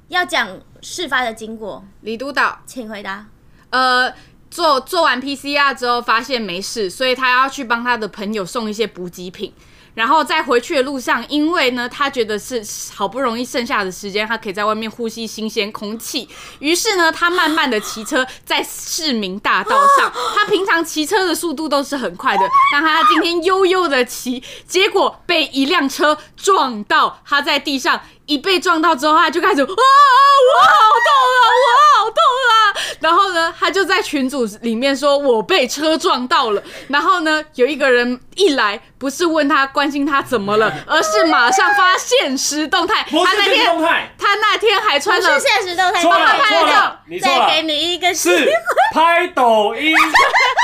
[SPEAKER 3] 要讲事发的经过，
[SPEAKER 1] 李督导，
[SPEAKER 3] 请回答。
[SPEAKER 1] 呃，做做完 PCR 之后发现没事，所以他要去帮他的朋友送一些补给品。然后在回去的路上，因为呢，他觉得是好不容易剩下的时间，他可以在外面呼吸新鲜空气。于是呢，他慢慢的骑车在市民大道上。他平常骑车的速度都是很快的，但他今天悠悠的骑，结果被一辆车撞到，他在地上一被撞到之后，他就开始啊，我好痛啊，我好痛啊！然后呢，他就在群组里面说：“我被车撞到了。”然后呢，有一个人一来，不是问他关心他怎么了，而是马上发现实动态。
[SPEAKER 2] 不
[SPEAKER 1] 他
[SPEAKER 2] 是
[SPEAKER 1] 那
[SPEAKER 2] 这个
[SPEAKER 1] 天，
[SPEAKER 2] 动态，
[SPEAKER 1] 他那天还穿了
[SPEAKER 3] 是现实动态
[SPEAKER 2] 错
[SPEAKER 1] 帮
[SPEAKER 2] 了
[SPEAKER 1] 他拍
[SPEAKER 2] 错
[SPEAKER 1] 了
[SPEAKER 2] 了，你错
[SPEAKER 3] 再给
[SPEAKER 2] 了，
[SPEAKER 3] 你一个
[SPEAKER 2] 是拍抖音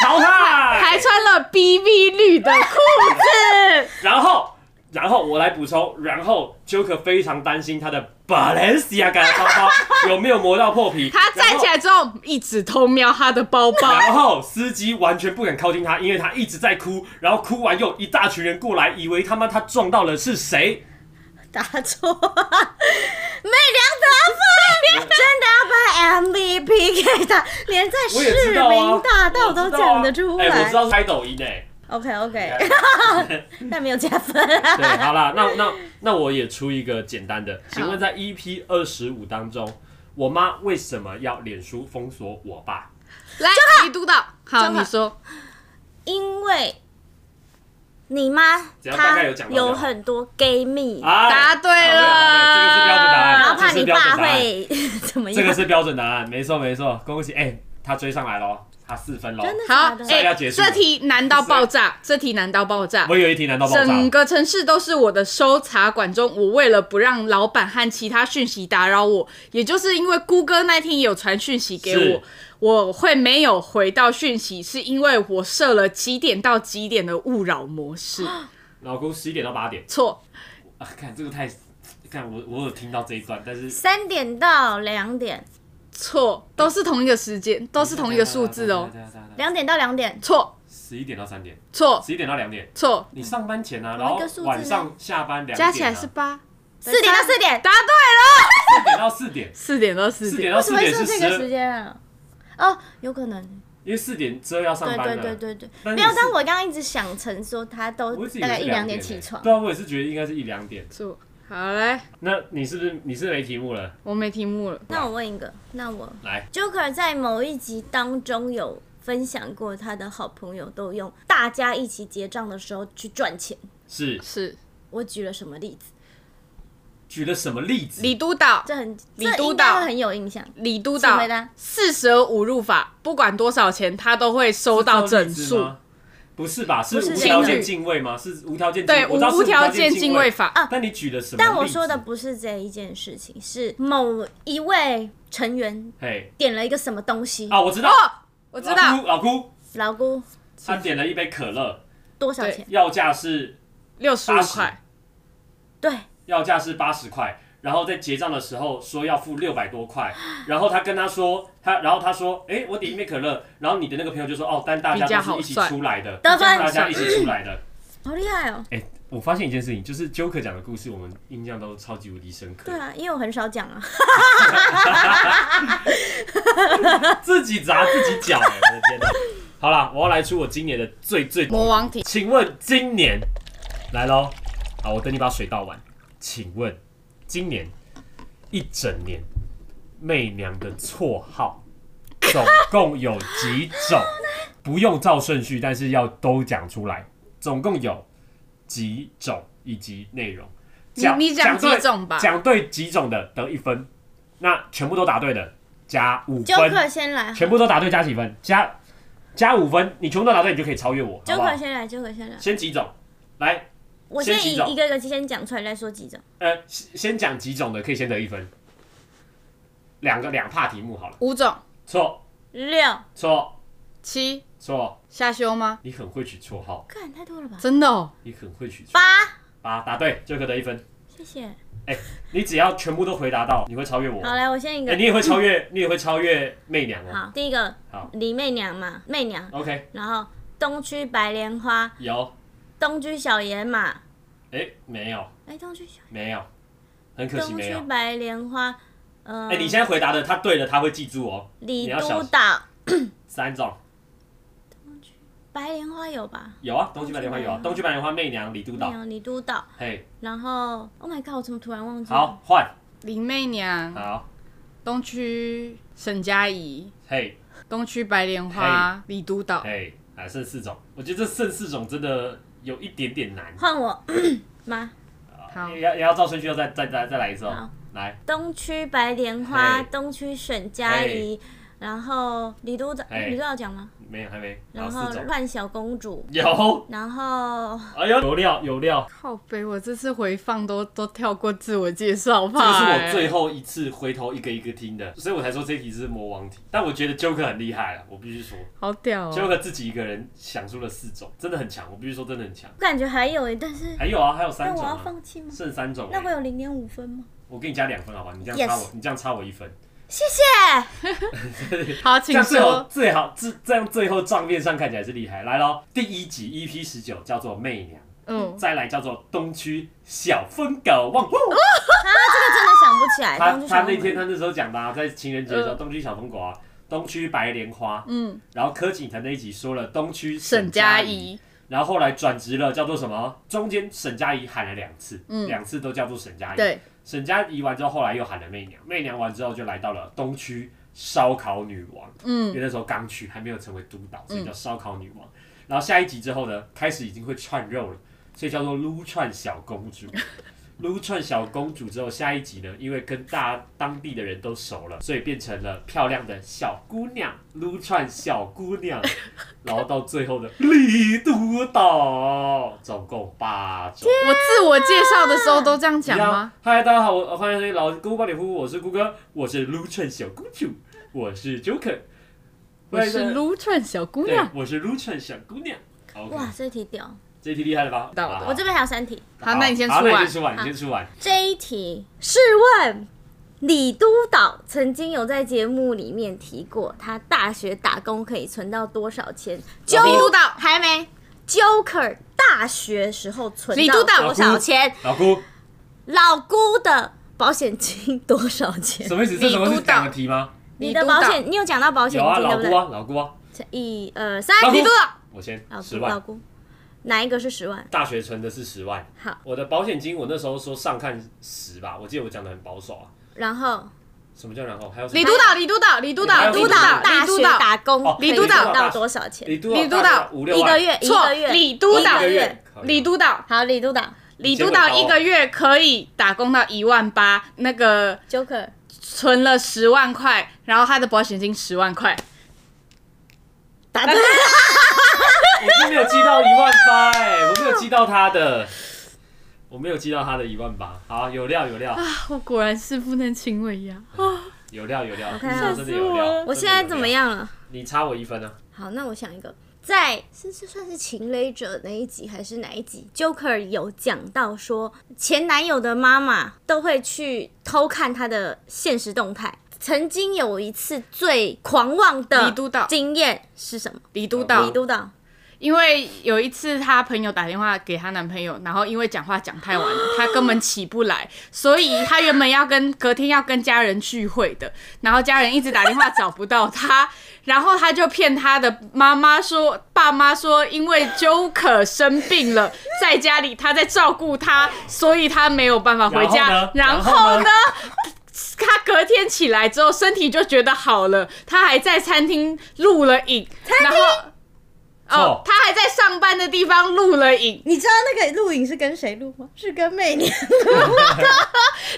[SPEAKER 2] 淘汰
[SPEAKER 1] [LAUGHS] 还。穿了 BV 绿的裤子，
[SPEAKER 2] 然后然后我来补充，然后 Joker 非常担心他的 Balenciaga 的包包有没有磨到破皮。
[SPEAKER 1] 他站起来之后一直偷瞄他的包 [LAUGHS] 包，
[SPEAKER 2] 然后，然后司机完全不敢靠近他，因为他一直在哭。然后哭完又一大群人过来，以为他妈他撞到了是谁。
[SPEAKER 3] 打错，美良得分，真的要把 MVP 给他，连在
[SPEAKER 2] 我也知
[SPEAKER 3] 市
[SPEAKER 2] 道啊
[SPEAKER 3] 民大道都讲得出
[SPEAKER 2] 哎、我
[SPEAKER 3] 来
[SPEAKER 2] 知。道是拍抖音哎、
[SPEAKER 3] OK OK，但没有加分。
[SPEAKER 2] 对，好啦，那那那我也出一个简单的，请问在 EP 二十五当中，我妈为什么要脸书封锁我爸？
[SPEAKER 1] 来，你督导，好，
[SPEAKER 3] 中了
[SPEAKER 1] 你说，
[SPEAKER 3] 因为你妈
[SPEAKER 2] 只要大
[SPEAKER 3] 她
[SPEAKER 2] 概有讲到就好
[SPEAKER 3] 有很多 gay 蜜，
[SPEAKER 2] 啊，
[SPEAKER 1] 答对了
[SPEAKER 2] 答对这个是标准答案，
[SPEAKER 3] 然后怕
[SPEAKER 2] 这
[SPEAKER 3] 你
[SPEAKER 2] 是标准
[SPEAKER 3] 爸
[SPEAKER 2] 答案，
[SPEAKER 3] 会 [LAUGHS] 怎么
[SPEAKER 2] 这个
[SPEAKER 3] 样？
[SPEAKER 2] 是标准答案，没错没错，恭喜，哎、他追上来咯，他四分咯。
[SPEAKER 3] 真的
[SPEAKER 1] 好
[SPEAKER 3] 假，的？
[SPEAKER 2] 哎要结束了
[SPEAKER 1] 这题难到爆炸，这题难到爆炸
[SPEAKER 2] 我。有一题难道爆炸？
[SPEAKER 1] 整个城市都是我的搜查管中，我为了不让老板和其他讯息打扰我，也就是因为谷歌那天也有传讯息给
[SPEAKER 2] 是
[SPEAKER 1] 我，我会没有回到讯息，是因为我设了几点到几点的勿扰模
[SPEAKER 2] [GASPS]
[SPEAKER 1] 式。
[SPEAKER 2] 老公十一点到八点
[SPEAKER 1] 错，
[SPEAKER 2] 啊，看这个太，看我我有听到这一段，但是
[SPEAKER 3] 三点到两点，
[SPEAKER 1] 错，都是同一个时间，都是同一个数字哦。
[SPEAKER 2] 啊
[SPEAKER 3] 两点到两点，
[SPEAKER 1] 错，
[SPEAKER 2] 十一点到三点，
[SPEAKER 1] 错，
[SPEAKER 2] 十一点到两点，
[SPEAKER 1] 错，
[SPEAKER 2] 你上班前啊，然
[SPEAKER 3] 哦同
[SPEAKER 2] 后
[SPEAKER 3] 一个数字呢哦
[SPEAKER 2] 晚上下班两点啊、
[SPEAKER 1] 加起来是八，
[SPEAKER 3] 四点到四点，
[SPEAKER 1] 答对了，
[SPEAKER 2] 四点到四点，
[SPEAKER 1] 四点到四
[SPEAKER 2] 四
[SPEAKER 1] 点。
[SPEAKER 2] 点到
[SPEAKER 3] 为什
[SPEAKER 2] 四
[SPEAKER 3] 么会
[SPEAKER 2] 点
[SPEAKER 3] 设
[SPEAKER 2] 是
[SPEAKER 3] 这
[SPEAKER 2] 十
[SPEAKER 3] 个
[SPEAKER 2] 二
[SPEAKER 3] 时，间啊？哦，有可能，
[SPEAKER 2] 因为四点之后要上
[SPEAKER 3] 对
[SPEAKER 2] 班了。
[SPEAKER 3] 对对对对，
[SPEAKER 2] 但是
[SPEAKER 3] 没有
[SPEAKER 2] 你。是
[SPEAKER 3] 但我刚刚一直想成说，他都
[SPEAKER 2] 我一直以
[SPEAKER 3] 大
[SPEAKER 2] 为
[SPEAKER 3] 概
[SPEAKER 2] 是
[SPEAKER 3] 一
[SPEAKER 2] 两
[SPEAKER 3] 两点
[SPEAKER 2] 欸
[SPEAKER 3] 起床。
[SPEAKER 2] 对啊，我也是觉得应该是一两点。
[SPEAKER 1] 错，好嘞，
[SPEAKER 2] 那你是不是你是没题目了？
[SPEAKER 1] 我没题目了。
[SPEAKER 3] 那我问一个，那我
[SPEAKER 2] 来，
[SPEAKER 3] Joker 在某一集当中有分享过，他的好朋友都用大家一起结账的时候去赚钱。
[SPEAKER 2] 是
[SPEAKER 1] 是
[SPEAKER 3] 我举了什么例子？
[SPEAKER 2] 举了什么例子？
[SPEAKER 1] 李督导，
[SPEAKER 3] 这很，
[SPEAKER 1] 李
[SPEAKER 3] 这
[SPEAKER 1] 督
[SPEAKER 3] 应该
[SPEAKER 1] 导
[SPEAKER 3] 会很有印象。
[SPEAKER 1] 李督
[SPEAKER 3] 请
[SPEAKER 1] 导
[SPEAKER 3] 回答
[SPEAKER 1] 四舍五入法，不管多少钱，他都会收到整
[SPEAKER 2] 是这个例子
[SPEAKER 1] 数。
[SPEAKER 2] 吗？不是吧？是
[SPEAKER 3] 不是
[SPEAKER 2] 无条
[SPEAKER 1] 这
[SPEAKER 2] 件
[SPEAKER 1] 个
[SPEAKER 2] 敬畏吗？是无条件
[SPEAKER 1] 对，
[SPEAKER 2] 我知道是
[SPEAKER 1] 无条件
[SPEAKER 2] 敬
[SPEAKER 1] 敬畏。法。
[SPEAKER 2] 但你举了什么例子？
[SPEAKER 3] 但我说的不是这一件事情，是某一位成员
[SPEAKER 2] 嘿
[SPEAKER 3] 点了一个什么东西，
[SPEAKER 2] 啊，我知道，
[SPEAKER 1] 哦，我知
[SPEAKER 2] 老
[SPEAKER 1] 道
[SPEAKER 2] 姑老姑，
[SPEAKER 3] 老姑
[SPEAKER 2] 他点了一杯可乐，
[SPEAKER 3] 多少
[SPEAKER 1] 对
[SPEAKER 3] 钱？
[SPEAKER 2] 要价是
[SPEAKER 1] 六十五
[SPEAKER 2] 80
[SPEAKER 1] 块，
[SPEAKER 3] 对，
[SPEAKER 2] 要价是八十块，然后在结账的时候说要付六百多块，然后他跟他说他，然后他说，哎、我点一杯可乐，然后你的那个朋友就说，哦，但大
[SPEAKER 1] 比较
[SPEAKER 2] 家都
[SPEAKER 1] 好
[SPEAKER 2] 是一起
[SPEAKER 1] 算
[SPEAKER 2] 出来的，
[SPEAKER 3] 得分
[SPEAKER 2] 大家一起出来的。
[SPEAKER 3] 好厉害哦！
[SPEAKER 2] 哎、我发现一件事情，就是 Joker 讲的故事，我们印象都超级无敌深刻
[SPEAKER 3] 对，啊，因为我很少讲啊，
[SPEAKER 2] 自己砸自己脚、哎，我的天哪！好啦，我要来出我今年的最最，
[SPEAKER 1] 魔王体
[SPEAKER 2] 请问今年来喽？好，我等你把水倒完。请问今年一整年媚娘的绰号总共有几种？不用照顺序，但是要都讲出来。总共有几种以及内容？
[SPEAKER 1] 你你讲
[SPEAKER 2] 对
[SPEAKER 1] 几种吧
[SPEAKER 2] 讲对几种的得一分，那全部都答对的加五
[SPEAKER 3] 纠
[SPEAKER 2] 分，
[SPEAKER 3] 克先来啊好
[SPEAKER 2] 全部都答对加几分？加加五分，你全部都答对，你就可以超越我，好
[SPEAKER 3] 纠
[SPEAKER 2] 不好
[SPEAKER 3] 克？先来，纠克先来，
[SPEAKER 2] 先几种，来，
[SPEAKER 3] 我
[SPEAKER 2] 先
[SPEAKER 3] 先
[SPEAKER 2] 几
[SPEAKER 3] 以
[SPEAKER 2] 种
[SPEAKER 3] 一个一个先讲出来，再说几种。
[SPEAKER 2] 呃，先先讲几种的，可以先得一分。两个两帕题目好了，
[SPEAKER 1] 五种
[SPEAKER 2] 错
[SPEAKER 3] 六，
[SPEAKER 2] 错
[SPEAKER 1] 七
[SPEAKER 2] 错，
[SPEAKER 1] 下修吗？
[SPEAKER 2] 你很会取绰号，
[SPEAKER 3] 看太多了吧？
[SPEAKER 1] 真的哦，
[SPEAKER 2] 你很会取绰号。
[SPEAKER 3] 八，
[SPEAKER 2] 八答对，就可得一分。
[SPEAKER 3] 谢谢。
[SPEAKER 2] 你只要全部都回答到，你会超越我。
[SPEAKER 3] 好，来我先一
[SPEAKER 2] 哎
[SPEAKER 3] 个
[SPEAKER 2] 你。也会超越，你也会超越媚娘哦。
[SPEAKER 3] 好，第一个
[SPEAKER 2] 好
[SPEAKER 3] 李媚娘嘛，媚娘，
[SPEAKER 2] OK，
[SPEAKER 3] 然后东区白莲花，
[SPEAKER 2] 有，
[SPEAKER 3] 东区小野马，
[SPEAKER 2] 哎，没有，
[SPEAKER 3] 哎，东区小
[SPEAKER 2] 没有，很可惜
[SPEAKER 3] 东
[SPEAKER 2] 没
[SPEAKER 3] 区
[SPEAKER 2] 有。
[SPEAKER 3] 白莲花，呃
[SPEAKER 2] 哎，，你现在回答的，他对了，他会记住哦。
[SPEAKER 3] 李
[SPEAKER 2] 你要小
[SPEAKER 3] 督
[SPEAKER 2] 心
[SPEAKER 3] 导，
[SPEAKER 2] 三种
[SPEAKER 3] 白莲花有吧？
[SPEAKER 2] 有啊，东区白莲花有啊，东区白莲花媚娘李督
[SPEAKER 3] 没
[SPEAKER 2] 导，
[SPEAKER 3] 有李督导，
[SPEAKER 2] 嘿，
[SPEAKER 3] 然后 Oh my God，我怎么突然忘记？
[SPEAKER 2] 好，换，
[SPEAKER 1] 林媚娘、
[SPEAKER 2] 好，
[SPEAKER 1] 东区沈佳宜、
[SPEAKER 2] 嘿，
[SPEAKER 1] 东区白莲花、李督导、
[SPEAKER 2] 哎，还剩四种，我觉得这剩四种真的有一点点难，啊
[SPEAKER 3] 换我 [COUGHS] 妈，
[SPEAKER 1] 好
[SPEAKER 2] 也要也要照顺序要再再再再来一次哦
[SPEAKER 3] 好。
[SPEAKER 2] 来，
[SPEAKER 3] 东区白莲花，
[SPEAKER 2] 嘿
[SPEAKER 3] 东区沈佳宜，然后李督导，
[SPEAKER 2] 嘿
[SPEAKER 3] 李督导讲吗？
[SPEAKER 2] 没有还没，然
[SPEAKER 4] 然
[SPEAKER 2] 后
[SPEAKER 4] 后
[SPEAKER 2] 四种
[SPEAKER 4] 乱小公主，
[SPEAKER 2] 有，
[SPEAKER 4] 然后
[SPEAKER 2] 哎呦有料有料，
[SPEAKER 1] 靠北，我这次回放都都跳过自我介绍
[SPEAKER 2] 这
[SPEAKER 1] 吧、
[SPEAKER 2] 个是我最后一次回头一个一个听的，所以我才说这一题是魔王题。但我觉得 Joker 很厉害啊，我必须说
[SPEAKER 1] 好屌哦、
[SPEAKER 2] ，Joker 自己一个人想出了四种，真的很强，我必须说真的很强。
[SPEAKER 4] 我感觉还有诶，但是
[SPEAKER 2] 还有啊，还有
[SPEAKER 4] 那
[SPEAKER 2] 三
[SPEAKER 4] 我
[SPEAKER 2] 种
[SPEAKER 4] 要
[SPEAKER 2] 啊，
[SPEAKER 4] 放弃吗？
[SPEAKER 2] 剩三种、
[SPEAKER 4] 那我
[SPEAKER 2] 欸。
[SPEAKER 4] 有零点五分吗？
[SPEAKER 2] 我给你加两分好吧？你这样差我
[SPEAKER 4] Yes
[SPEAKER 2] 你这样差我一分。
[SPEAKER 4] 谢谢。
[SPEAKER 1] 好，
[SPEAKER 2] 这
[SPEAKER 1] 请
[SPEAKER 2] 样最后
[SPEAKER 1] 说。
[SPEAKER 2] 最好这这样最后账面上看起来是厉害。来喽，第一集 EP 十九叫做媚娘，
[SPEAKER 1] 嗯，
[SPEAKER 2] 再来叫做东区小疯狗
[SPEAKER 4] [LAUGHS]
[SPEAKER 2] 旺。呼
[SPEAKER 4] 真的想不起来。
[SPEAKER 2] 他
[SPEAKER 4] 当初
[SPEAKER 2] 他
[SPEAKER 4] 想不
[SPEAKER 2] 那
[SPEAKER 4] 起
[SPEAKER 2] 天他那时候讲的、啊，在情人节的时候，
[SPEAKER 1] 嗯
[SPEAKER 2] 东区小疯狗啊，东区白莲花，
[SPEAKER 1] 嗯，
[SPEAKER 2] 然后柯景腾那一集说了东区
[SPEAKER 1] 沈
[SPEAKER 2] 佳
[SPEAKER 1] 佳
[SPEAKER 2] 宜，
[SPEAKER 1] 宜，
[SPEAKER 2] 然后后来转职了叫做什么？中间沈佳宜喊了两次，
[SPEAKER 1] 嗯
[SPEAKER 2] 两次都叫做沈佳宜。
[SPEAKER 1] 对，
[SPEAKER 2] 沈佳宜完之后，后来又喊了媚娘，媚娘完之后就来到了东区烧烤女王，因
[SPEAKER 1] 嗯，
[SPEAKER 2] 为那时候刚去，还没有成为督导，所以叫烧烤女王。然后下一集之后呢，开始已经会串肉了，所以叫做撸串小公主。撸串小公主之后，下一集呢，因为跟大当地的人都熟了，所以变成了漂亮的小姑娘，撸串小姑娘。然后到最后的李督导，总共八种。
[SPEAKER 1] 我自我介绍的时候都这样讲
[SPEAKER 2] 一样
[SPEAKER 1] 吗？？
[SPEAKER 2] 嗨，大家好，我呃欢迎来老姑帮你呼，我是姑哥，我是撸串小公主，我是 Joker，
[SPEAKER 1] 我是撸串小姑娘。
[SPEAKER 2] 对，我是 Luchan 小姑娘。OK，
[SPEAKER 4] 哇，这题屌！
[SPEAKER 2] 这一题厉害了吧？
[SPEAKER 1] 到
[SPEAKER 2] 好
[SPEAKER 1] 的
[SPEAKER 2] 好
[SPEAKER 4] 我这边还有三题。
[SPEAKER 1] 好，那你先啊
[SPEAKER 2] 好
[SPEAKER 1] 出
[SPEAKER 2] 那你
[SPEAKER 1] 来
[SPEAKER 2] 先。出完，你先出完。
[SPEAKER 4] 这一题
[SPEAKER 3] 试问，李督导曾经有在节目里面提过，他大学打工可以存到多少钱？
[SPEAKER 1] 李督导
[SPEAKER 3] 还没，Joker 大学时候存
[SPEAKER 1] 李
[SPEAKER 3] 到
[SPEAKER 1] 督导
[SPEAKER 3] 多少钱？
[SPEAKER 2] 老姑，
[SPEAKER 3] 老姑的保险金多少钱？
[SPEAKER 2] 什么意思？这什么
[SPEAKER 1] 李
[SPEAKER 2] 是
[SPEAKER 1] 督导
[SPEAKER 2] 两个题吗？
[SPEAKER 3] 你的保险，你有讲到保险
[SPEAKER 2] 有啊，
[SPEAKER 3] 金对
[SPEAKER 2] 老
[SPEAKER 3] 不
[SPEAKER 2] 姑
[SPEAKER 3] 对？
[SPEAKER 2] 啊，老姑啊，
[SPEAKER 3] 一二三，
[SPEAKER 2] 老姑
[SPEAKER 3] 李督导，
[SPEAKER 2] 我先
[SPEAKER 3] 老
[SPEAKER 2] 十
[SPEAKER 3] 姑，老
[SPEAKER 2] 万。
[SPEAKER 3] 姑，哪一个是十万？
[SPEAKER 2] 大学存的是十万，
[SPEAKER 3] 好，
[SPEAKER 2] 我的保险金我那时候说上看十吧，我记得我讲的很保守啊。
[SPEAKER 3] 然后
[SPEAKER 2] 什么叫然后？还有什么
[SPEAKER 1] 李督导，李督导，李督导，
[SPEAKER 2] 李
[SPEAKER 1] 督
[SPEAKER 2] 督
[SPEAKER 1] 导
[SPEAKER 2] 导，
[SPEAKER 3] 大
[SPEAKER 1] 李督
[SPEAKER 3] 学
[SPEAKER 1] 导，
[SPEAKER 3] 打工
[SPEAKER 2] 哦
[SPEAKER 3] 可以
[SPEAKER 1] 李督导
[SPEAKER 3] 存到多少钱？
[SPEAKER 2] 李督
[SPEAKER 1] 李督导
[SPEAKER 2] 大概五六
[SPEAKER 3] 一个
[SPEAKER 2] 万，
[SPEAKER 3] 月，一
[SPEAKER 1] 错
[SPEAKER 3] 个，月，
[SPEAKER 1] 李督
[SPEAKER 3] 一
[SPEAKER 1] 导
[SPEAKER 3] 个，月。
[SPEAKER 2] 靠
[SPEAKER 1] 李督导，
[SPEAKER 3] 好，李督导
[SPEAKER 1] 李督导
[SPEAKER 2] 哦
[SPEAKER 1] 一个月可以打工到一万八，那个
[SPEAKER 3] ，Joker，
[SPEAKER 1] 存了十万块，然后他的保险金十万块，
[SPEAKER 3] 啊答对，
[SPEAKER 2] 我是哎没有记到一万八哎，我没有记到他的，我没有记到他的一万八。好，有料有料
[SPEAKER 1] 我果然是不能请我一样。
[SPEAKER 2] 有料有料，
[SPEAKER 3] OK
[SPEAKER 2] 你
[SPEAKER 3] 吓
[SPEAKER 2] 说真的有料。
[SPEAKER 3] 我现在怎么
[SPEAKER 2] 样？
[SPEAKER 3] 样了？
[SPEAKER 2] 你差我一分啊！
[SPEAKER 3] 好，那我想一个，在是这算是情勒者那一集还是哪一集？Joker 有讲到说，前男友的妈妈都会去偷看他的现实动态。曾经有一次最狂妄的
[SPEAKER 1] 李督导
[SPEAKER 3] 经验是什么？
[SPEAKER 1] 李督
[SPEAKER 2] 好
[SPEAKER 1] 导
[SPEAKER 3] 李，督导，
[SPEAKER 1] 因为有一次她朋友打电话给她男朋友，然后因为讲话讲太晚了，她根本起不来，所以她原本要跟隔天要跟家人聚会的，然后家人一直打电话找不到她，然后她就骗她的妈妈说，爸妈说因为 Joker 生病了，在家里她在照顾他，所以她没有办法回家。然
[SPEAKER 2] 然后呢然后
[SPEAKER 1] 后
[SPEAKER 2] 呢
[SPEAKER 1] 呢？她隔天起来之后，身体就觉得好了，她还在餐厅录了影，然后。哦
[SPEAKER 2] 错，
[SPEAKER 1] 他还在上班的地方录了影，
[SPEAKER 3] 你知道那个录影是跟谁录吗？是跟媚 [LAUGHS] 娘。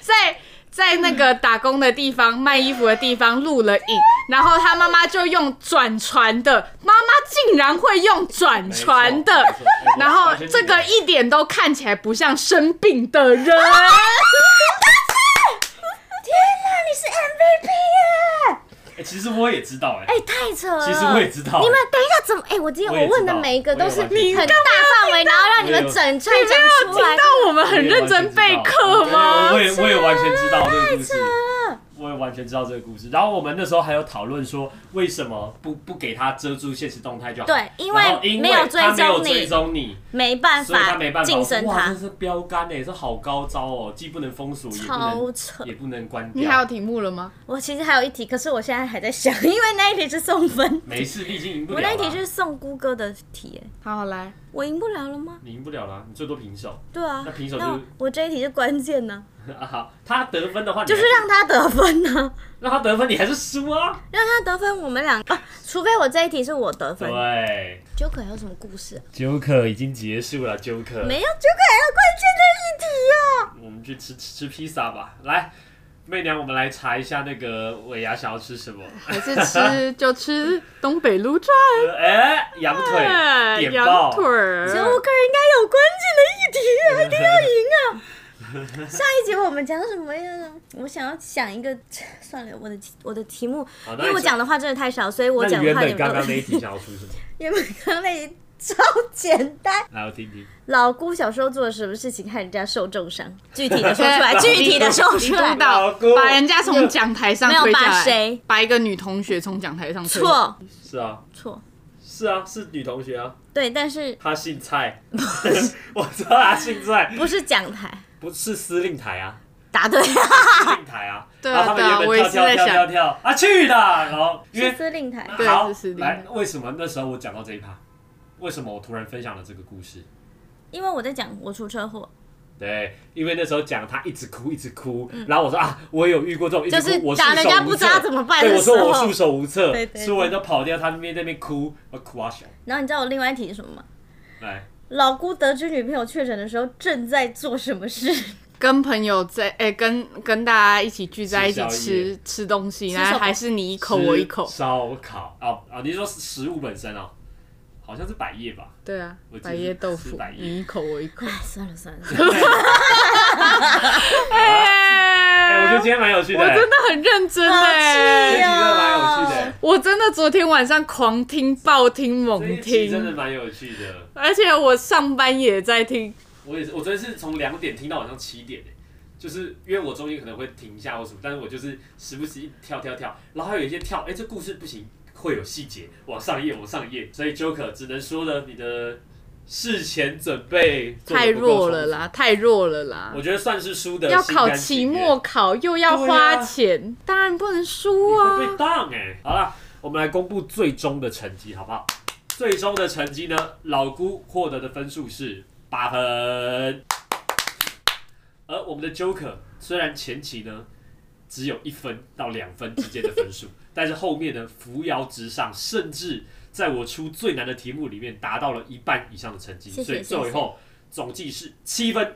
[SPEAKER 1] 在在那个打工的地方、卖衣服的地方录了 [LAUGHS] 影，然后他妈妈就用转传的，妈妈竟然会用转传的
[SPEAKER 2] 没错没错哎，我
[SPEAKER 1] 然后
[SPEAKER 2] 发现
[SPEAKER 1] 这
[SPEAKER 2] 你了
[SPEAKER 1] 个一点都看起来不像生病的 [LAUGHS] 人，
[SPEAKER 2] 哎、其实我也知道哎、
[SPEAKER 3] 哎、太扯了！
[SPEAKER 2] 其实我也知道
[SPEAKER 3] 你们等一下怎么？哎、我今天
[SPEAKER 2] 我也知道
[SPEAKER 3] 我问的每一个都是
[SPEAKER 2] 我也
[SPEAKER 3] 很大范围，然后让你们整串
[SPEAKER 1] 你没
[SPEAKER 3] 讲
[SPEAKER 1] 有
[SPEAKER 3] 出
[SPEAKER 1] 听
[SPEAKER 3] 来。
[SPEAKER 1] 到我们哎很认真备课吗
[SPEAKER 2] 哎我？也我也完全知道这个故事，
[SPEAKER 3] 啊
[SPEAKER 2] 我也完全知道这个故事。然后我们那时候还有讨论说，为什么不不给他遮住现实动态就好？
[SPEAKER 3] 对因为
[SPEAKER 2] 然后因
[SPEAKER 3] 没有追踪
[SPEAKER 2] 他没有
[SPEAKER 3] 你
[SPEAKER 2] 追踪你，
[SPEAKER 3] 没办
[SPEAKER 2] 所以他
[SPEAKER 3] 法
[SPEAKER 2] 没办法
[SPEAKER 3] 晋升
[SPEAKER 2] 哇，
[SPEAKER 3] 他
[SPEAKER 2] 这，是标杆哎、这好高招哦，既不能封锁，也不
[SPEAKER 3] 超
[SPEAKER 2] 能
[SPEAKER 3] 扯！
[SPEAKER 2] 也不能关
[SPEAKER 1] 你还有
[SPEAKER 2] 掉。
[SPEAKER 1] 题目了吗？
[SPEAKER 3] 我其实还有一题，可是我现在还在想，因为那一题是送分，
[SPEAKER 2] 没事，你已经赢不
[SPEAKER 3] 我
[SPEAKER 2] 了了。
[SPEAKER 3] 那一题是送姑哥的题，哎，
[SPEAKER 1] 好，来，
[SPEAKER 3] 我赢不了了吗？
[SPEAKER 2] 你赢不了了，你最多平手。 [LAUGHS]
[SPEAKER 3] 对啊，
[SPEAKER 2] 那平手就是
[SPEAKER 3] 那我这一题是关键呢，
[SPEAKER 2] 啊好，他得分的话，你
[SPEAKER 3] [LAUGHS] 就是
[SPEAKER 2] 还
[SPEAKER 3] 让他得分呢，
[SPEAKER 2] 让他得分，你还是输啊。
[SPEAKER 3] 让他得分，我们两个，啊除非我这一题是我得分。
[SPEAKER 2] 对。啊
[SPEAKER 3] Joker 还有什么故事啊？
[SPEAKER 2] Joker 已经结束了，Joker，
[SPEAKER 3] 没有 Joker 还有关键的一题啊！
[SPEAKER 2] 我们去吃吃吃披萨吧。来，媚娘，我们来查一下那个尾牙想要吃
[SPEAKER 3] [LAUGHS]
[SPEAKER 2] 什么？
[SPEAKER 1] 还是吃就吃东北撸串，
[SPEAKER 2] 哎，羊
[SPEAKER 3] 啊
[SPEAKER 2] 腿，点
[SPEAKER 1] 羊
[SPEAKER 2] 爆，
[SPEAKER 1] 腿儿
[SPEAKER 2] 嗯
[SPEAKER 3] 其实我个人应该有关
[SPEAKER 2] [LAUGHS]
[SPEAKER 3] 键的一题啊，一定要赢啊！上一集我们讲到什么呀？我想要想一个， [LAUGHS] 算了，我的我的题目，
[SPEAKER 2] 好
[SPEAKER 3] 因
[SPEAKER 2] 那
[SPEAKER 3] 为
[SPEAKER 2] 你
[SPEAKER 3] 我
[SPEAKER 2] 讲
[SPEAKER 3] 讲的话真的太少，所以我
[SPEAKER 2] 那
[SPEAKER 3] 讲
[SPEAKER 2] 你
[SPEAKER 3] 的
[SPEAKER 2] 原
[SPEAKER 3] 话
[SPEAKER 2] 本
[SPEAKER 3] 点
[SPEAKER 2] 刚刚那一
[SPEAKER 3] 题，
[SPEAKER 2] 题想要出什么？
[SPEAKER 3] [LAUGHS] 原本刚刚那一题超简单。
[SPEAKER 2] 来，我听
[SPEAKER 3] [LAUGHS]
[SPEAKER 2] 听。
[SPEAKER 3] 老姑小时候做了什么事情害人家受重伤？具体的说
[SPEAKER 2] [LAUGHS]
[SPEAKER 3] 出来，具体的说出来
[SPEAKER 1] 督。导
[SPEAKER 2] 老公
[SPEAKER 1] 把人家从讲台上
[SPEAKER 3] 没有
[SPEAKER 1] 推下
[SPEAKER 3] 把
[SPEAKER 1] 来，
[SPEAKER 3] 谁
[SPEAKER 1] 把一个女同学从讲台上推下来，
[SPEAKER 3] 错
[SPEAKER 2] 是啊，
[SPEAKER 3] 错，
[SPEAKER 2] 是啊，是女同学啊，
[SPEAKER 3] 对，但是
[SPEAKER 2] 她姓蔡， [LAUGHS] 我知道她姓蔡，
[SPEAKER 3] 不是讲台，
[SPEAKER 2] 不是司令台
[SPEAKER 3] [LAUGHS]
[SPEAKER 2] 啊，
[SPEAKER 3] 答对，
[SPEAKER 2] 司令台啊。
[SPEAKER 1] 对
[SPEAKER 2] 然
[SPEAKER 1] 啊
[SPEAKER 2] 后他
[SPEAKER 1] 对
[SPEAKER 2] 们
[SPEAKER 1] 啊
[SPEAKER 2] 原
[SPEAKER 1] 我也
[SPEAKER 2] 本
[SPEAKER 1] 是
[SPEAKER 2] 跳
[SPEAKER 1] 在
[SPEAKER 2] 跳
[SPEAKER 1] 想
[SPEAKER 2] 跳跳跳啊去的，然后因为
[SPEAKER 3] 是司令台。
[SPEAKER 1] 对
[SPEAKER 2] 好
[SPEAKER 1] 是司令台
[SPEAKER 2] 来，为什么那时候我讲到这一趴？为什么我突然分享了这个故事？
[SPEAKER 3] 因为我在讲我出车祸，
[SPEAKER 2] 对，因为那时候讲他一直哭，一直哭，然后我说啊，我有遇过这种，一直
[SPEAKER 3] 嗯就是
[SPEAKER 2] 哭，我束
[SPEAKER 3] 打人家
[SPEAKER 2] 手
[SPEAKER 3] 不
[SPEAKER 2] 无
[SPEAKER 3] 知道
[SPEAKER 2] 策。
[SPEAKER 3] 怎么办
[SPEAKER 2] 对，
[SPEAKER 3] 的
[SPEAKER 2] 我
[SPEAKER 3] 时
[SPEAKER 2] 说我
[SPEAKER 3] 候
[SPEAKER 2] 束。手无策
[SPEAKER 3] 对，对
[SPEAKER 2] 所有人都跑掉，他那边在那边哭，我哭啊小，哎
[SPEAKER 3] 然后你知道我另外一题是什么吗？
[SPEAKER 2] 来，
[SPEAKER 3] 老姑得知女朋友确诊的时候正在做什么事？
[SPEAKER 1] 跟朋友在哎、跟跟大家一起聚在一起
[SPEAKER 2] 吃宵夜
[SPEAKER 1] 吃吃东西，
[SPEAKER 3] 什
[SPEAKER 1] 然后
[SPEAKER 3] 么
[SPEAKER 1] 还是你一口我一口
[SPEAKER 2] 吃，烧烤哦哦，你是说食物本身哦，好像是百叶吧？
[SPEAKER 1] 对啊
[SPEAKER 2] 我，记得
[SPEAKER 1] 百叶豆
[SPEAKER 2] 是
[SPEAKER 1] 腐
[SPEAKER 2] 百，叶
[SPEAKER 1] 你一口我一口，
[SPEAKER 3] 哎，算了算了，
[SPEAKER 2] 哎、我觉
[SPEAKER 1] 哎
[SPEAKER 2] 得今天蛮有趣的、
[SPEAKER 1] 我
[SPEAKER 2] 哎
[SPEAKER 1] 真的很认真
[SPEAKER 3] 好
[SPEAKER 1] 哎、
[SPEAKER 2] 这
[SPEAKER 3] 气
[SPEAKER 2] 一集真的蛮有趣的、哎
[SPEAKER 1] 我真的昨天晚上狂听、暴听、
[SPEAKER 2] 这
[SPEAKER 1] 猛
[SPEAKER 2] 一集真的
[SPEAKER 1] 听，
[SPEAKER 2] 蛮有趣的。
[SPEAKER 1] 而且我上班也在听，
[SPEAKER 2] 我也是，我昨天是从两点听到晚上七点、哎就是因为我中间可能会停一下或什么，但是我就是时不时一跳跳跳，然后还有一些跳，哎、这故事不行，会有细节，往上一页往上一页，所以 Joker 只能说呢，你的事前准备做得
[SPEAKER 1] 太
[SPEAKER 2] 不够
[SPEAKER 1] 弱了
[SPEAKER 2] 充足，
[SPEAKER 1] 啦，太弱了啦
[SPEAKER 2] 我。觉得算是输的
[SPEAKER 1] 要考期末考又要花钱，当然不能输
[SPEAKER 2] 啊会
[SPEAKER 1] 啊
[SPEAKER 2] 被！当哎、好了，我们来公布最终的成绩，好不好？最终的成绩呢，老姑获得的分数是八分，而我们的 Joker 虽然前期呢只有一分到两分之间的分
[SPEAKER 3] [LAUGHS]
[SPEAKER 2] 数，但是后面呢扶摇直上，甚至在我出最难的题目里面达到了一半以上的成绩，
[SPEAKER 3] 谢谢
[SPEAKER 2] 所以最后总计是七分。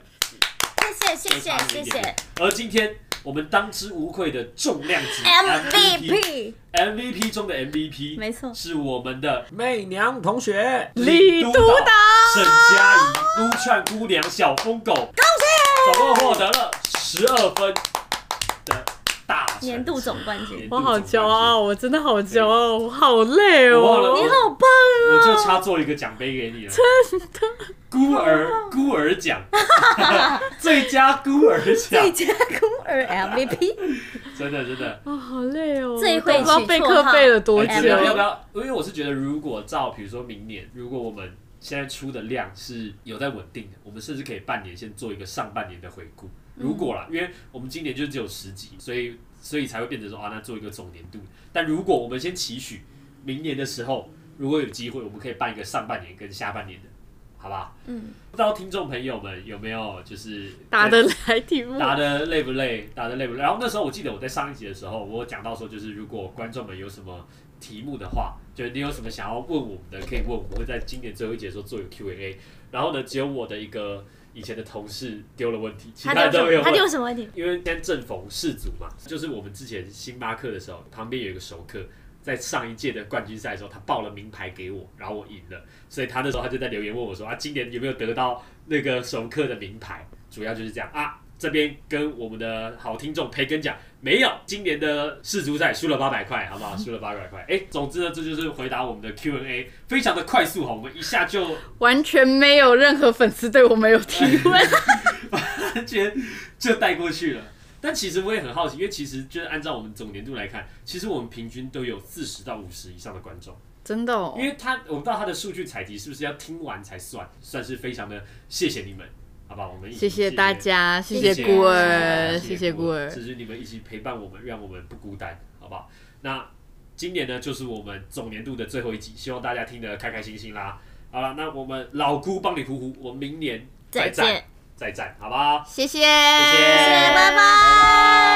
[SPEAKER 4] 谢谢谢
[SPEAKER 2] 差了一
[SPEAKER 4] 谢谢
[SPEAKER 2] 点
[SPEAKER 4] 谢
[SPEAKER 2] 点。而今天我们当之无愧的重量级
[SPEAKER 3] MVP
[SPEAKER 2] MVP 中的 MVP，
[SPEAKER 3] 没错
[SPEAKER 2] 是我们的媚娘同学
[SPEAKER 1] 李
[SPEAKER 2] 督
[SPEAKER 1] 督导
[SPEAKER 2] 沈佳宜、撸串姑娘、小疯狗，恭喜！总共获得了十二分的大成绩
[SPEAKER 3] 年度总冠军。
[SPEAKER 2] 年度
[SPEAKER 1] 我
[SPEAKER 2] 总
[SPEAKER 1] 好
[SPEAKER 2] 冠军
[SPEAKER 1] 骄傲，我真的好骄傲，我好累
[SPEAKER 2] 我忘了
[SPEAKER 1] 哦！
[SPEAKER 2] 我
[SPEAKER 3] 你好棒哦！
[SPEAKER 2] 我就差做一个奖杯给你了，真的，孤儿孤儿
[SPEAKER 3] [LAUGHS]
[SPEAKER 2] 奖，最佳孤儿奖
[SPEAKER 3] 最，佳孤儿 MVP，
[SPEAKER 2] 真的真的。
[SPEAKER 1] [LAUGHS] 啊，好累哦！
[SPEAKER 3] 最会
[SPEAKER 1] 我都不知道
[SPEAKER 3] 取
[SPEAKER 1] 备
[SPEAKER 3] 绰
[SPEAKER 1] 课
[SPEAKER 3] 号
[SPEAKER 1] 备了多久
[SPEAKER 2] 哎
[SPEAKER 3] M
[SPEAKER 2] 觉得要不
[SPEAKER 1] 了？
[SPEAKER 2] 要？因为我是觉得，如果照比如说明年，如果我们现在出的量是有在稳定的，我们甚至可以半年先做一个上半年的回顾。
[SPEAKER 1] 嗯
[SPEAKER 2] 如果啦，因为我们今年就只有十集，所以所以才会变成说啊，那做一个总年度。但如果我们先期许明年的时候，如果有机会，我们可以办一个上半年跟下半年的，好不好？嗯。不知道听众朋友们有没有就是
[SPEAKER 1] 打得来题目，
[SPEAKER 2] 打的累不累？打的累不累？然后那时候我记得我在上一集的时候，我有讲到说，就是如果观众们有什么题目的话，就是你有什么想要问我们的，可以问，我们会在今年最后一节的时候做一个 Q&A。然后呢，只有我的一个以前的同事丢了问题，其
[SPEAKER 3] 他
[SPEAKER 2] 他人
[SPEAKER 3] 丢
[SPEAKER 2] 都没
[SPEAKER 3] 什
[SPEAKER 2] 有
[SPEAKER 3] 么？他
[SPEAKER 2] 问
[SPEAKER 3] 丢。什么问题？
[SPEAKER 2] 因为现在正逢世足嘛，就是我们之前星巴克的时候，旁边有一个熟客，在上一届的冠军赛的时候，他报了名牌给我，然后我赢了，所以他那时候他就在留言问我说啊，今年有没有得到那个熟客的名牌？主要就是这样啊。这边跟我们的好听众培根讲，没有，今年的世足赛输了八百块，好不好？输了八百块。哎、总之呢，这就是回答我们的 Q&A，非常的快速哈，我们一下就
[SPEAKER 1] 完全没有任何粉丝对我们有提问。
[SPEAKER 2] [LAUGHS] 完全就带过去了。但其实我也很好奇，因为其实就是按照我们总年度来看，其实我们平均都有四十到五十以上的观众，
[SPEAKER 1] 真的哦
[SPEAKER 2] 因，为他我不知道他的数据采集是不是要听完才算，算是非常的谢谢你们，好不好？我们一起
[SPEAKER 1] 谢谢大，家，谢
[SPEAKER 2] 谢
[SPEAKER 1] 谢孤儿，
[SPEAKER 2] 谢
[SPEAKER 1] 谢
[SPEAKER 2] 谢
[SPEAKER 1] 谢孤儿
[SPEAKER 2] 只。是你们一起陪伴我们，让我们不孤单，好不好？那今年呢，就是我们总年度的最后一集，希望大家听得开开心心啦。好了，那我们老姑帮你呼呼，我们明年
[SPEAKER 3] 再
[SPEAKER 2] 战
[SPEAKER 3] 见，
[SPEAKER 2] 再战，好不好？
[SPEAKER 1] 谢谢，谢谢，
[SPEAKER 2] 谢
[SPEAKER 3] 拜拜。